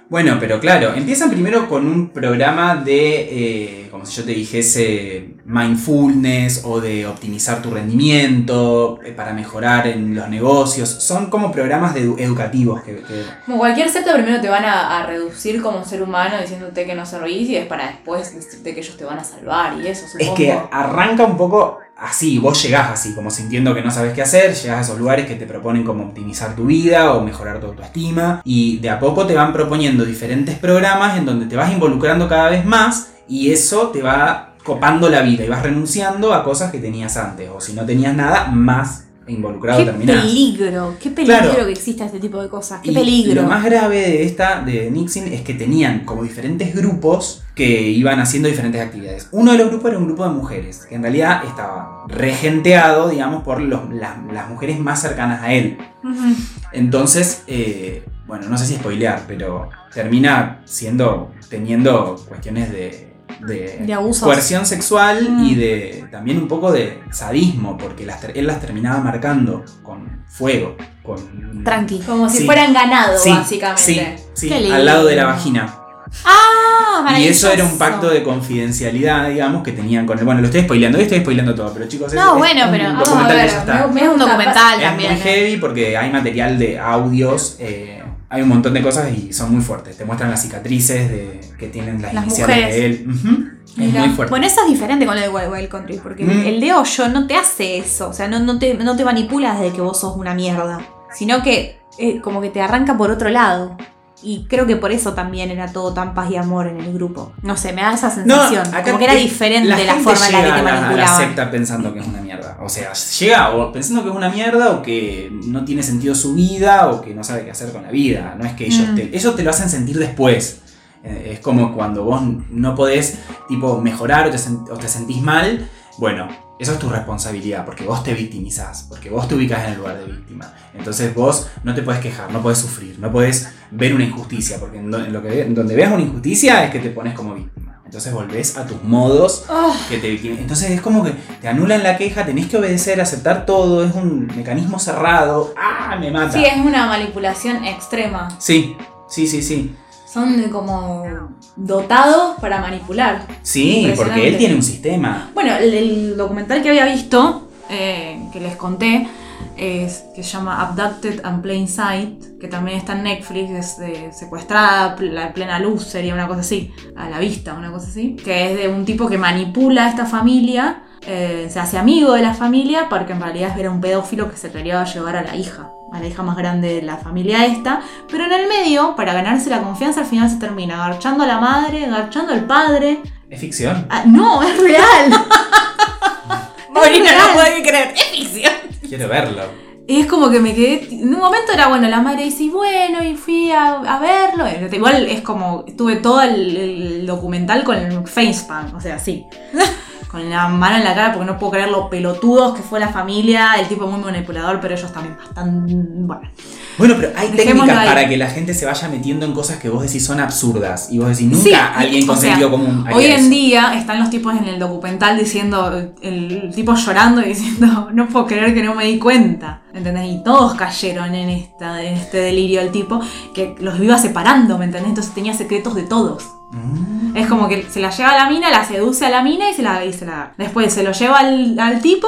C: Bueno, pero claro, empiezan primero con un programa de, eh, como si yo te dijese, mindfulness o de optimizar tu rendimiento eh, para mejorar en los negocios. Son como programas de edu- educativos que, que-
A: Como cualquier secta, primero te van a, a reducir como ser humano diciéndote que no servís y es para después decirte que ellos te van a salvar y eso,
C: Es
A: supongo.
C: que arranca un poco así, vos llegás así, como sintiendo que no sabes qué hacer, llegás a esos lugares que te proponen como optimizar tu vida o mejorar tu autoestima y de a poco te van proponiendo diferentes programas en donde te vas involucrando cada vez más y eso te va copando la vida y vas renunciando a cosas que tenías antes o si no tenías nada, más involucrado
B: qué
C: terminás.
B: peligro, qué peligro
C: Claro.
B: que exista este tipo de cosas, qué
C: Y
B: peligro.
C: Lo más grave de esta, de Nixon, es que tenían como diferentes grupos que iban haciendo diferentes actividades. Uno de los grupos era un grupo de mujeres, que en realidad estaba regenteado, digamos, por los- las, las mujeres más cercanas a él.
B: Ujú.
C: Entonces, eh, bueno, no sé si spoilear, pero termina siendo, teniendo cuestiones de... De,
B: De abusos.
C: coerción sexual
B: Mm.
C: y de también un poco de sadismo, porque las ter- él las terminaba marcando con fuego, con
B: Tranqui.
A: Como si
C: Sí.
A: fueran ganado,
C: Sí,
A: básicamente.
C: Sí, sí,
B: Qué lindo.
C: al lado de la vagina.
B: Ah,
C: Y
B: maravilloso.
C: eso era un pacto de confidencialidad, digamos, que tenían con él. Bueno, lo estoy spoileando, hoy estoy spoileando todo, pero chicos, es-
B: No,
C: es
B: bueno,
C: un
B: pero-
C: documental
A: Vamos
B: Documental
A: a
C: que
A: ver,
C: ya está.
A: me- me
B: Es un
A: gusta.
B: documental
C: Es
B: también. ¿eh?
C: muy heavy porque hay material de audios, eh, hay un montón de cosas y son muy fuertes. Te muestran las cicatrices de, que tienen las,
B: Las
C: iniciales
B: mujeres.
C: de él. Ujú. Es
A: Mira.
C: muy fuerte.
B: Bueno, eso es diferente con lo de Wild Wild Country, porque
C: Mm.
B: el de hoyo no te hace eso, o sea, no, no, te, no te manipulas de que vos sos una mierda, sino que eh, como que te arranca por otro lado. Y creo que por eso también era todo tan paz y amor en el grupo. No sé, me da esa
C: No,
B: sensación.
C: acá
B: como que era
C: te-
B: diferente la,
C: gente
B: forma en la que
C: llega
B: te
C: a la- A la
B: manipulaban.
C: secta pensando que es una mierda. O sea, llega o pensando que es una mierda o que no tiene sentido su vida o que no sabe qué hacer con la vida. No es que ellos
B: Mm.
C: te, eso te lo hacen sentir después. Eh, Es como cuando vos no podés tipo mejorar o te, sen- o te sentís mal. Bueno, eso es tu responsabilidad porque vos te victimizás, porque vos te ubicás en el lugar de víctima. Entonces vos no te podés quejar, no podés sufrir, no podés ver una injusticia, porque en, do- en lo que, en donde veas una injusticia es que te pones como víctima. Entonces volvés a tus modos
A: Ah,
B: Oh,
C: que te victim- Entonces es como que te anulan la queja, tenés que obedecer, aceptar todo, es un mecanismo cerrado. ¡Ah! Me mata.
B: sí, es una manipulación extrema.
C: sí, sí, sí. sí.
B: Son de como dotados para manipular.
C: Sí, porque él
B: Impresionante.
C: tiene un sistema.
A: Bueno, el, el documental que había visto, eh, que les conté, es, que se llama Abducted and Plain Sight, que también está en Netflix, es de secuestrada pl- la plena luz, sería una cosa así, a la vista, una cosa así, que es de un tipo que manipula a esta familia, eh, se hace amigo de la familia, porque en realidad era un pedófilo que se quería llevar a la hija, a la hija más grande de la familia esta, pero en el medio, para ganarse la confianza, al final se termina garchando a la madre, garchando al padre.
C: Es ficción.
A: Ah, no, es real.
B: Paulina
A: real.
B: no puede creer. Es ficción.
C: Quiero verlo.
A: Y es como que me quedé. En un momento era bueno, la madre dice, "Y bueno, y fui a, a verlo. Eh, Igual es como, estuve todo el, el documental con el facepan, o sea, sí. Con la mano en la cara porque no puedo creer lo pelotudos que fue la familia, el tipo muy manipulador, pero ellos también bastante. Bueno.
C: Bueno, pero hay
A: Dejémoslo
C: técnicas
A: ahí.
C: para que la gente se vaya metiendo en cosas que vos decís son absurdas. Y vos decís, nunca
A: Sí,
C: alguien
A: o
C: consentido
A: sea,
C: como un.
A: Hoy en día están los tipos en el documental diciendo, el tipo llorando y diciendo, no puedo creer que no me di cuenta. ¿Entendés? Y todos cayeron en, esta, en este delirio el tipo que los iba separando, ¿me entendés? Entonces tenía secretos de todos.
C: Mm.
A: Es como que se la lleva a la mina, la seduce a la mina y se la. y se la- después se lo lleva al, al tipo,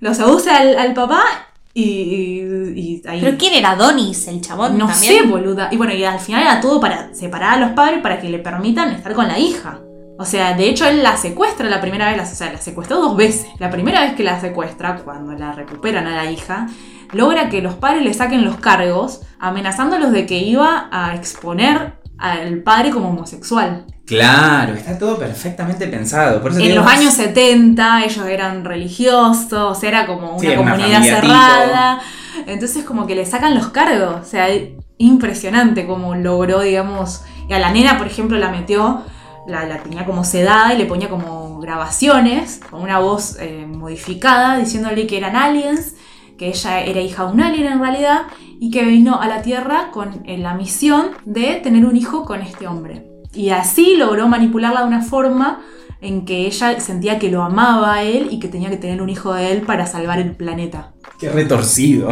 A: lo seduce al, al papá y, y- y ahí.
B: Pero ¿quién era Donis, el chabón?
A: no
B: también?
A: sé, boluda. Y bueno, y al final era todo para separar a los padres para que le permitan estar con la hija. O sea, de hecho él la secuestra la primera vez, la- o sea, la secuestró dos veces. La primera vez que la secuestra, cuando la recuperan a la hija, logra que los padres le saquen los cargos, amenazándolos de que iba a exponer al padre como homosexual.
C: Claro, está todo perfectamente pensado. Por eso
A: En
C: digo,
A: los años 70 ellos eran religiosos, era como una
C: Sí, era una
A: comunidad
C: familia
A: cerrada. Entonces como que le sacan los cargos. O sea, impresionante como logró, digamos, y a la nena, por ejemplo, la metió, la, la tenía como sedada y le ponía como grabaciones con una voz eh, modificada diciéndole que eran aliens, que ella era hija de un alien en realidad y que vino a la Tierra con eh, la misión de tener un hijo con este hombre. Y así logró manipularla de una forma en que ella sentía que lo amaba a él y que tenía que tener un hijo de él para salvar el planeta.
C: Qué retorcido.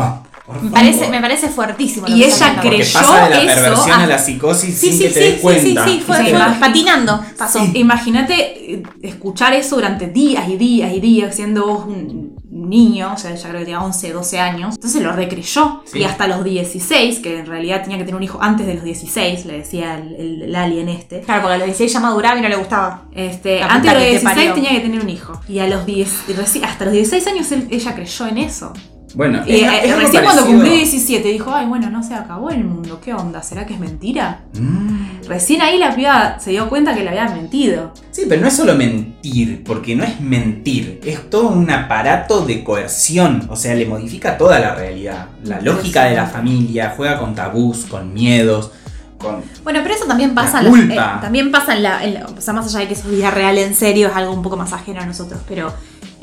C: Por
B: Me
C: favor.
B: parece, me parece fuertísimo. lo
A: Y
B: que
A: ella
B: están
C: Porque
B: hablando.
A: creyó
C: pasa de la
A: eso
C: perversión
A: a-
C: a la psicosis
B: Sí, sí,
C: sin que te
B: sí,
C: des cuenta.
B: sí, sí, fue,
A: Sí,
B: fue
A: imagínate.
B: patinando. Pasó.
A: Pasó. Imagínate eh, escuchar eso durante días y días y días, siendo vos un un niño, o sea, ya creo que tenía 11, 12 años. Entonces lo recreyó.
C: Sí.
A: Y hasta los 16, que en realidad tenía que tener un hijo antes de los 16, le decía el- el- el alien este.
B: Claro, porque a los 16 ya maduraba y no le gustaba.
A: Este,
B: La
A: antes de
B: puta
A: los
B: que te
A: 16
B: parió.
A: tenía que tener un hijo. Y a los 10, y reci- hasta los 16 años él- ella creyó en eso.
C: Bueno,
A: Y
C: es-
A: eh,
C: es algo
A: recién cuando
C: parecido.
A: cumplió 17 dijo, ay, bueno, no se acabó el mundo, ¿qué onda? ¿Será que es mentira?
C: Mm.
A: Recién ahí la piba se dio cuenta que le había mentido.
C: Sí, pero no es solo mentir, porque no es mentir, es todo un aparato de coerción, o sea, le modifica toda la realidad, la lógica de la familia, juega con tabús, con miedos, con...
B: Bueno, pero eso también pasa,
C: La
B: en los-
C: culpa.
B: eh, también pasa en la, en la- O sea, más allá de que eso es vida real en serio, es algo un poco más ajeno a nosotros. Pero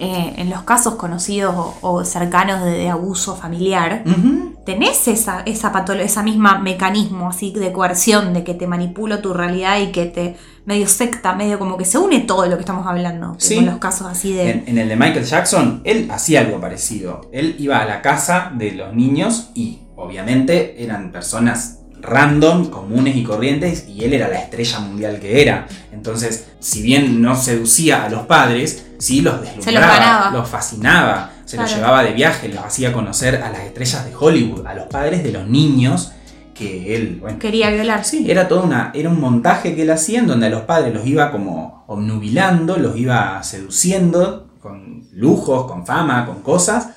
B: eh, en los casos conocidos o, o cercanos de, de abuso familiar,
C: Ujú.
B: tenés esa, esa patolo- esa misma mecanismo así de coerción, de que te manipulo tu realidad y que te medio secta, medio como que se une todo lo que estamos hablando. que
C: Sí.
B: Con los casos así de.
C: En, en el de Michael Jackson, él hacía algo parecido, él iba a la casa de los niños y obviamente eran personas random, comunes y corrientes, y él era la estrella mundial que era. Entonces, si bien no seducía a los padres, sí los deslumbraba,
B: ganaba.
C: los fascinaba, se los
B: Claro.
C: llevaba de viaje, los hacía conocer a las estrellas de Hollywood, a los padres de los niños que él, bueno,
B: Quería violar.
C: sí, era todo una, era un montaje que él hacía en donde a los padres los iba como obnubilando, los iba seduciendo con lujos, con fama, con cosas,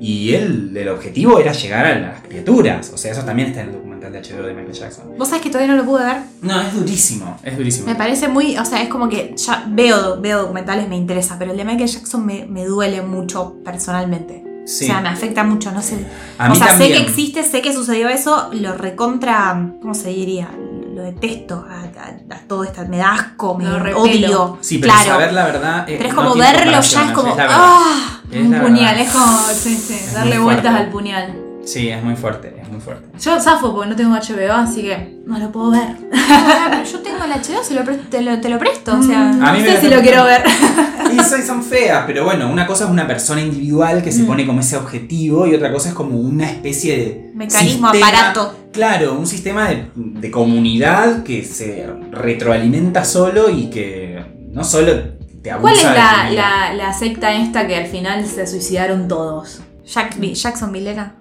C: y él, el objetivo era llegar a las criaturas, o sea, eso también está en el documental. documental de HBO de Michael Jackson.
B: Vos sabés que todavía no lo pude ver.
C: No, es durísimo, es durísimo.
B: Me parece muy. O sea, es como que ya veo, veo documentales, me interesa, pero el de Michael Jackson me, me duele mucho personalmente. O
C: Sí.
B: sea, me afecta mucho, no sé.
C: A
B: o
C: mí
B: sea, sé
C: también.
B: que existe, sé que sucedió eso, lo recontra. ¿Cómo se diría? Lo detesto a, a- a todo esto, me da asco, me
A: Lo repelo.
B: odio.
C: Sí, pero
B: claro.
C: saber la verdad. eh,
B: pero es
C: no
B: como
C: tiene
B: verlo ya
C: comparación,
B: es como.
C: es la verdad.
B: ¡Ah!
C: Es
A: un
C: la
A: puñal,
C: verdad.
A: es como sí, sí,
C: Es
A: darle
C: muy
A: vueltas
C: fuerte.
A: al puñal.
C: Sí, es muy fuerte, es muy fuerte.
A: Yo zafo porque no tengo HBO, así que no lo puedo ver.
B: Ah, pero yo tengo el HBO, se lo pre- te, lo, te lo presto. O sea,
A: Mm, no
C: A mí me
A: sé
C: la
A: si lo
C: preguntan.
A: quiero ver.
C: Y son, son feas, pero bueno, una cosa es una persona individual que se
A: Mm.
C: pone como ese objetivo y otra cosa es como una especie de.
B: Mecanismo,
C: sistema-
B: aparato.
C: Claro, un sistema de, de comunidad que se retroalimenta solo y que no solo te abusa.
A: ¿Cuál es
C: de
A: la,
C: tu vida.
A: la- la secta esta que al final se suicidaron todos?
B: Jack, Jacksonville era.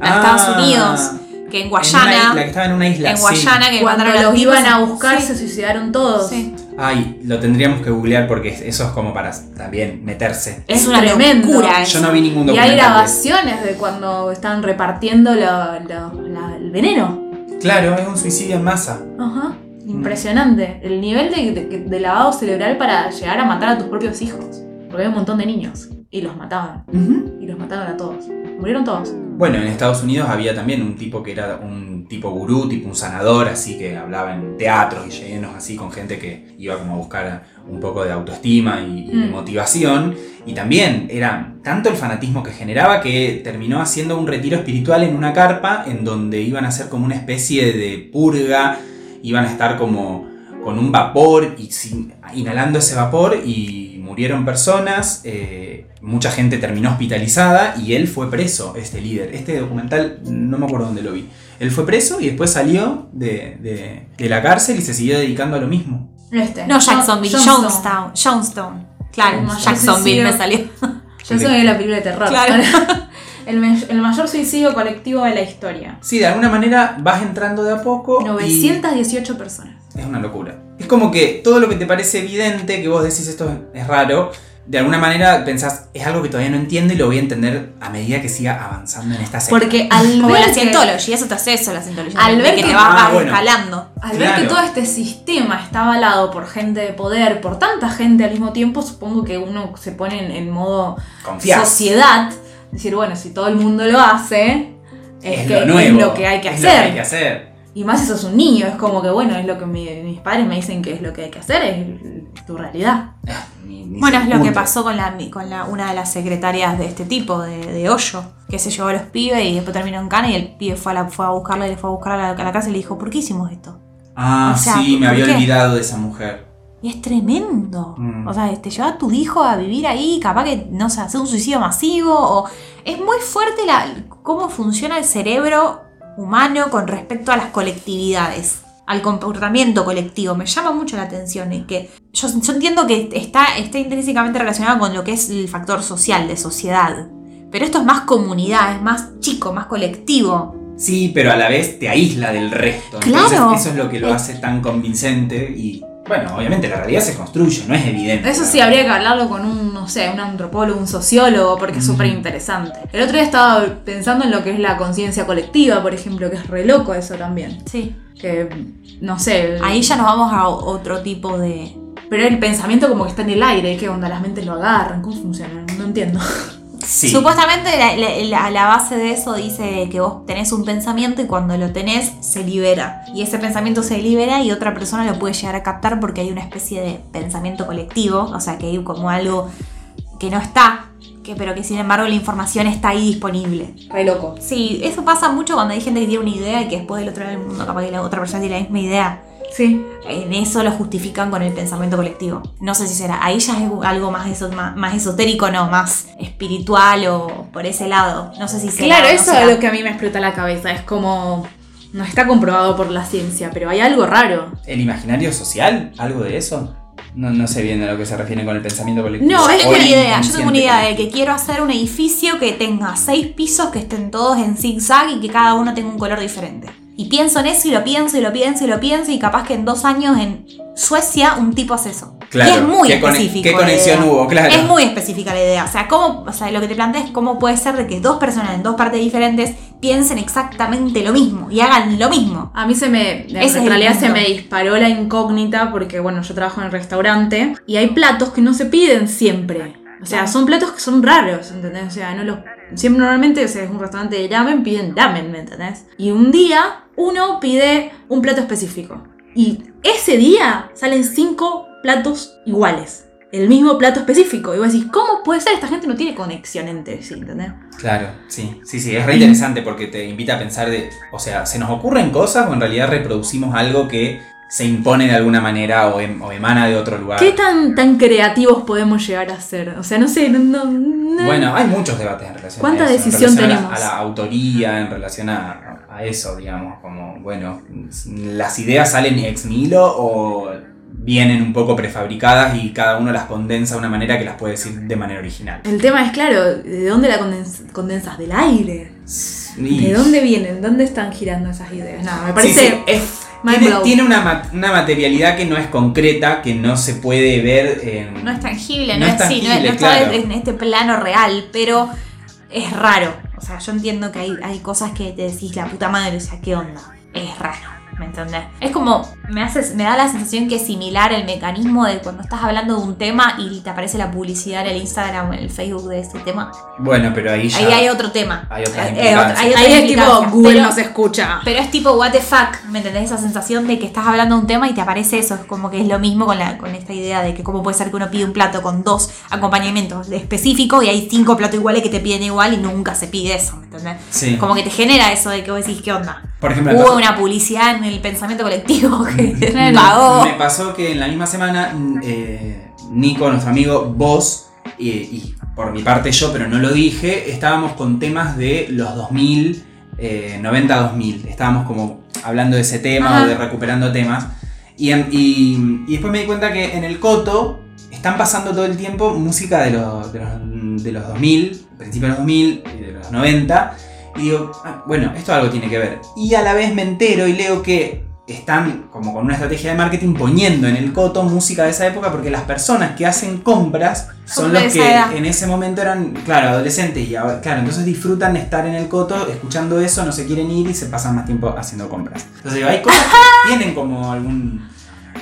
B: La
C: Ah,
B: Estados Unidos, que en
C: en una
B: Guayana.
C: isla, que estaba en una isla.
B: en
C: sí.
B: Guayana,
C: Eh,
B: que
A: Cuando
B: mandaron
A: los
B: tipos
A: iban a buscar
B: Sí,
A: se suicidaron todos.
B: sí.
C: Ay, lo tendríamos que googlear porque eso es como para también meterse.
A: Es,
B: Es una
A: tremendo.
B: locura
C: Yo no vi ningún
A: Y hay
C: documental. de eso.
A: grabaciones de cuando están repartiendo lo- lo- la- el veneno.
C: Claro, es un suicidio en masa.
A: Ajá.
B: Mm.
A: Impresionante. El nivel de, de- de lavado cerebral para llegar a matar a tus propios hijos. Porque hay un montón de niños. Y los mataban. Y los mataron a todos. Murieron todos.
C: Bueno, en Estados Unidos había también un tipo que era un tipo gurú, tipo un sanador, así que hablaba en teatros y llenos así con gente que iba como a buscar un poco de autoestima y, y de
A: Mm.
C: motivación. Y también era tanto el fanatismo que generaba que terminó haciendo un retiro espiritual en una carpa en donde iban a hacer como una especie de purga, iban a estar como con un vapor y sin- inhalando ese vapor y murieron personas, eh, mucha gente terminó hospitalizada y él fue preso, este líder. Este documental no me acuerdo dónde lo vi. Él fue preso y después salió de, de- de la cárcel y se siguió dedicando a lo mismo.
A: Este.
B: No, Jacksonville,
A: Johnson.
B: Jonestown. Jonestown. Claro,
A: Como
B: Jacksonville me
A: suicidio.
B: salió.
A: Jackson es la película de terror.
B: Claro.
A: el, me- el mayor suicidio colectivo de la historia.
C: Sí, de alguna manera vas entrando de a poco. y-
A: 918 personas.
C: Es una locura. Es como que todo lo que te parece evidente, que vos decís esto es- es raro, de alguna manera pensás, es algo que todavía no entiendo y lo voy a entender a medida que siga avanzando en esta serie.
A: Porque al
B: Como la
A: que-
B: Scientology, eso te hace eso, la Scientology.
A: Al
B: de
A: ver
B: que
A: que-
B: te vas,
C: Ah,
B: vas
C: bueno.
B: escalando.
A: Al ver
C: Claro.
A: que todo este sistema está avalado por gente de poder, por tanta gente al mismo tiempo, supongo que uno se pone en, en modo
C: Confiás.
A: sociedad. Decir, bueno, si todo el mundo lo hace, es,
C: Es
A: que
C: lo nuevo.
A: es lo que hay que
C: es
A: hacer.
C: Lo que hay que hacer.
A: Y más si sos un niño, es como que, bueno, es lo que mi- mis padres me dicen que es lo que hay que hacer, es tu realidad.
C: Ni- ni
B: Bueno,
C: se
B: es lo que
C: junta.
B: pasó con, la, con la- una de las secretarias de este tipo, de, de Hoyo, que se llevó a los pibes y después terminó en cana y el pibe fue a, la, fue a buscarla y le fue a buscar a la, a la casa y le dijo, ¿por qué hicimos esto?
C: Ah,
B: O sea,
C: sí, me
B: ¿por
C: había
B: qué?
C: olvidado de esa mujer.
B: Y es tremendo.
C: Mm.
B: O sea, te lleva a tu hijo a vivir ahí, capaz que, no sé, hacer un suicidio masivo. O... Es muy fuerte la, cómo funciona el cerebro humano con respecto a las colectividades, al comportamiento colectivo. Me llama mucho la atención y que yo, yo entiendo que está, está intrínsecamente relacionado con lo que es el factor social, de sociedad. Pero esto es más comunidad, es más chico, más colectivo.
C: Sí, pero a la vez te aísla del resto.
B: Claro.
C: Entonces, eso es lo que lo
B: Eh.
C: hace tan convincente y, bueno, obviamente la realidad se construye, no es evidente.
A: Eso sí, habría que hablarlo con un, no sé, un antropólogo, un sociólogo, porque es
C: Mm.
A: súper interesante. El otro día estaba pensando en lo que es la conciencia colectiva, por ejemplo, que es re loco eso también.
B: Sí.
A: Que, no sé,
B: Ahí ya nos vamos a o- otro tipo de,
A: pero el pensamiento como que está en el aire, ¿qué onda? Las mentes lo agarran, ¿cómo funciona? No entiendo.
C: Sí.
B: Supuestamente la, la- la- la base de eso dice que vos tenés un pensamiento y cuando lo tenés se libera. Y ese pensamiento se libera y otra persona lo puede llegar a captar porque hay una especie de pensamiento colectivo, o sea que hay como algo que no está, que, pero que sin embargo la información está ahí disponible.
A: Re loco.
B: Sí, eso pasa mucho cuando hay gente que tiene una idea y que después del otro lado del mundo capaz que la otra persona tiene la misma idea.
A: Sí.
B: En eso lo justifican con el pensamiento colectivo. No sé si será. Ahí ya es algo más, eso- más, más esotérico, no, más espiritual o por ese lado. No sé si será.
A: Claro,
B: o no
A: eso
B: será.
A: es lo que a mí me explota la cabeza. Es como. No está comprobado por la ciencia, pero hay algo raro.
C: ¿El imaginario social? ¿Algo de eso? No, no sé bien a lo que se refiere con el pensamiento colectivo.
B: No, yo
C: es
B: tengo una idea. Yo tengo una idea de que quiero hacer un edificio que tenga seis pisos, que estén todos en zigzag y que cada uno tenga un color diferente. Y pienso en eso y lo pienso y lo pienso y lo pienso y capaz que en dos años en Suecia un tipo hace eso.
C: Claro,
B: y es muy
C: ¿qué cone-
B: específico. eh,
C: qué
B: la
C: conexión
B: idea.
C: hubo? Claro.
B: Es muy específica la idea. O sea, cómo, o sea, lo que te plantea es cómo puede ser de que dos personas en dos partes diferentes piensen exactamente lo mismo y hagan lo mismo.
A: A mí se me, en
B: Ese es el
A: realidad se
B: punto.
A: me disparó la incógnita porque, bueno, yo trabajo en el restaurante y hay platos que no se piden siempre. O sea, son platos que son raros, ¿entendés? O sea, no los... Siempre normalmente, o sea, es un restaurante de ramen, piden ramen, ¿me entendés? Y un día uno pide un plato específico. Y ese día salen cinco platos iguales. El mismo plato específico. Y vos decís, ¿cómo puede ser? Esta gente no tiene conexión entre sí, ¿entendés?
C: Claro, sí, sí, sí, es re interesante porque te invita a pensar de, o sea, ¿se nos ocurren cosas o en realidad reproducimos algo que se impone de alguna manera o, em- o emana de otro lugar?
A: ¿Qué tan, tan creativos podemos llegar a ser? O sea, no sé, no... no- no-
C: Bueno, hay muchos debates en relación
A: ¿Cuánta
C: a eso, en
A: decisión
C: relación a la-
A: tenemos?
C: A la, autoría, en relación a, a eso, digamos, como, bueno, las ideas salen ex nihilo o vienen un poco prefabricadas y cada uno las condensa de una manera que las puede decir de manera original.
A: El tema es claro, ¿de dónde la condens- condensas? ¿Del aire?
C: Y-
A: ¿De dónde vienen? ¿Dónde están girando esas ideas? No, me
C: Sí,
A: parece...
C: sí, es-
A: mind
C: tiene,
A: blown.
C: tiene una, ma- una materialidad que no es concreta, que no se puede ver en...
B: No es tangible, no,
C: No
B: es,
C: es
B: sí, no es-
C: tangible,
B: no está
C: claro.
B: en este plano real, pero es raro. O sea, yo entiendo que hay, hay cosas que te decís la puta madre, o sea, ¿qué onda? Es raro. ¿Me entendés? Es como, me, hace, me da la sensación que es similar el mecanismo de cuando estás hablando de un tema y te aparece la publicidad en el Instagram o en el Facebook de ese tema.
C: Bueno, pero ahí ya...
B: Ahí hay otro tema.
C: Hay otras
B: Eh,
C: implicancias.
B: hay otras
A: Ahí es tipo,
B: implicancias,
A: Google
B: pero-
A: nos escucha.
B: pero es tipo, what the fuck, ¿me entendés? Esa sensación de que estás hablando de un tema y te aparece eso. Es como que es lo mismo con, la, con esta idea de que cómo puede ser que uno pide un plato con dos acompañamientos específicos y hay cinco platos iguales que te piden igual y nunca se pide eso, ¿me entendés?
C: Sí.
B: Como que te genera eso de que vos decís, ¿qué onda?
C: Por ejemplo, me
B: Hubo
C: pasó-
B: una publicidad en el pensamiento colectivo que te
A: Claro.
B: pagó.
C: Me pasó que en la misma semana mm, eh, Nico, nuestro amigo, vos eh, y por mi parte yo, pero no lo dije, estábamos con temas de los 2000, eh, 90-2000. Estábamos como hablando de ese tema
A: Ajá.
C: o de recuperando temas. Y, en- y- y después me di cuenta que en el Coto están pasando todo el tiempo música de los, de los, de los 2000, principios de los 2000, eh, de los 90. Y digo, "Ah, bueno, esto algo tiene que ver. Y a la vez me entero y leo que están como con una estrategia de marketing poniendo en el coto música de esa época porque las personas que hacen compras
B: Son
C: son
B: de
C: los
B: esa
C: que
B: edad.
C: en ese momento eran, claro, adolescentes y ahora, claro, entonces disfrutan estar en el coto escuchando eso, no se quieren ir y se pasan más tiempo haciendo compras. Entonces digo, hay cosas que tienen como algún,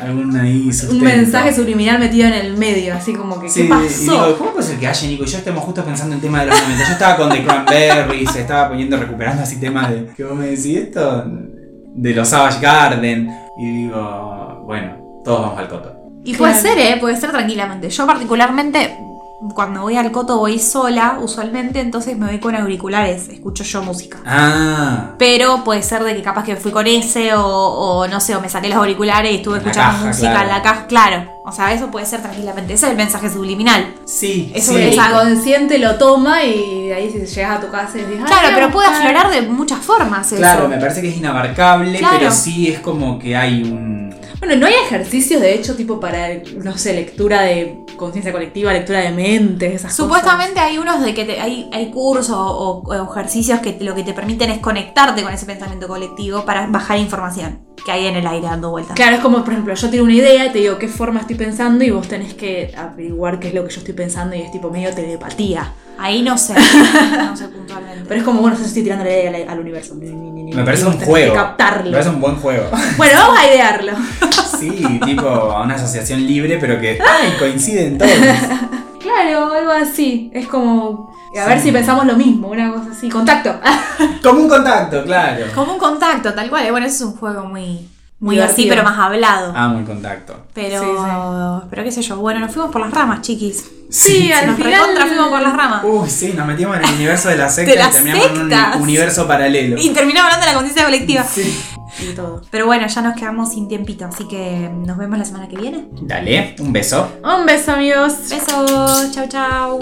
C: algún ahí
A: Un
C: sustento.
A: mensaje subliminal metido en el medio, así como que, ¿qué
C: Este, Sí, y digo,
A: pasó?
C: ¿Cómo puede ser que Aye, Nico y yo estemos justo pensando en temas de los 90? Yo estaba con The Cranberries, se estaba poniendo, recuperando así temas de. ¿Qué vos me decís esto? De los Savage Garden. Y digo, bueno, todos vamos al coto.
B: Y puede
A: Claro.
B: ser, ¿eh? Puede ser tranquilamente. Yo particularmente, cuando voy al coto voy sola, usualmente, entonces me voy con auriculares, escucho yo música.
C: Ah,
B: Pero puede ser de que capaz que fui con ese o, o no sé, o me saqué los auriculares y estuve
C: En la
B: escuchando
C: caja,
B: música en
C: claro.
B: la caja. Claro, o sea, eso puede ser tranquilamente. Ese es el mensaje subliminal.
C: sí,
B: Eso
C: sí.
B: es
A: El inconsciente lo toma y ahí si llegas a tu casa y dices, "Ay,
B: Claro,
A: voy a
B: pero puede
A: buscar".
B: aflorar de muchas formas eso.
C: Claro, me parece que es inabarcable,
B: Claro.
C: pero sí es como que hay un.
A: Bueno, ¿no hay ejercicios de hecho tipo para, no sé, lectura de conciencia colectiva, lectura de mentes, esas cosas?
B: Supuestamente hay unos de que te- hay, hay cursos o, o ejercicios que te- lo que te permiten es conectarte con ese pensamiento colectivo para bajar información que hay en el aire dando vueltas.
A: Claro, es como, por ejemplo, yo tiro una idea y te digo qué forma estoy pensando y vos tenés que averiguar qué es lo que yo estoy pensando y es tipo medio telepatía.
B: Ahí no sé, no sé puntualmente.
A: Pero es como, bueno, yo estoy tirando la idea al, al universo. Ni, ni, ni, ni,
C: Me parece
A: y vos
C: un
A: tenés
C: juego.
A: que
C: Me
A: captarlo.
C: parece un buen juego.
A: Bueno, vamos a idearlo.
C: Sí, tipo a una asociación libre, pero que. ¡Ay! Coinciden todos.
A: claro, algo así. Es como, a
C: Sí.
A: ver si pensamos lo mismo, una cosa así. Contacto.
C: Como un contacto, claro.
B: Como un contacto, tal cual. ¿eh? Bueno, eso es un juego muy, muy
A: Divertido.
B: así, pero más hablado.
C: Amo el contacto.
B: Pero,
A: Sí,
B: pero qué sé yo, bueno, nos fuimos por las ramas, chiquis.
A: Sí, al
B: nos
A: final-
B: recontra fuimos por las ramas.
C: Uy, sí, nos metimos en el universo de la secta
B: De las
C: y terminamos en
B: sectas.
C: un universo paralelo.
B: Y terminamos hablando de la conciencia colectiva.
C: Sí.
A: Y todo.
B: Pero bueno, ya nos quedamos sin tiempito, así que nos vemos la semana que viene.
C: Dale, un beso.
A: Un beso, amigos.
B: Besos, chau chau.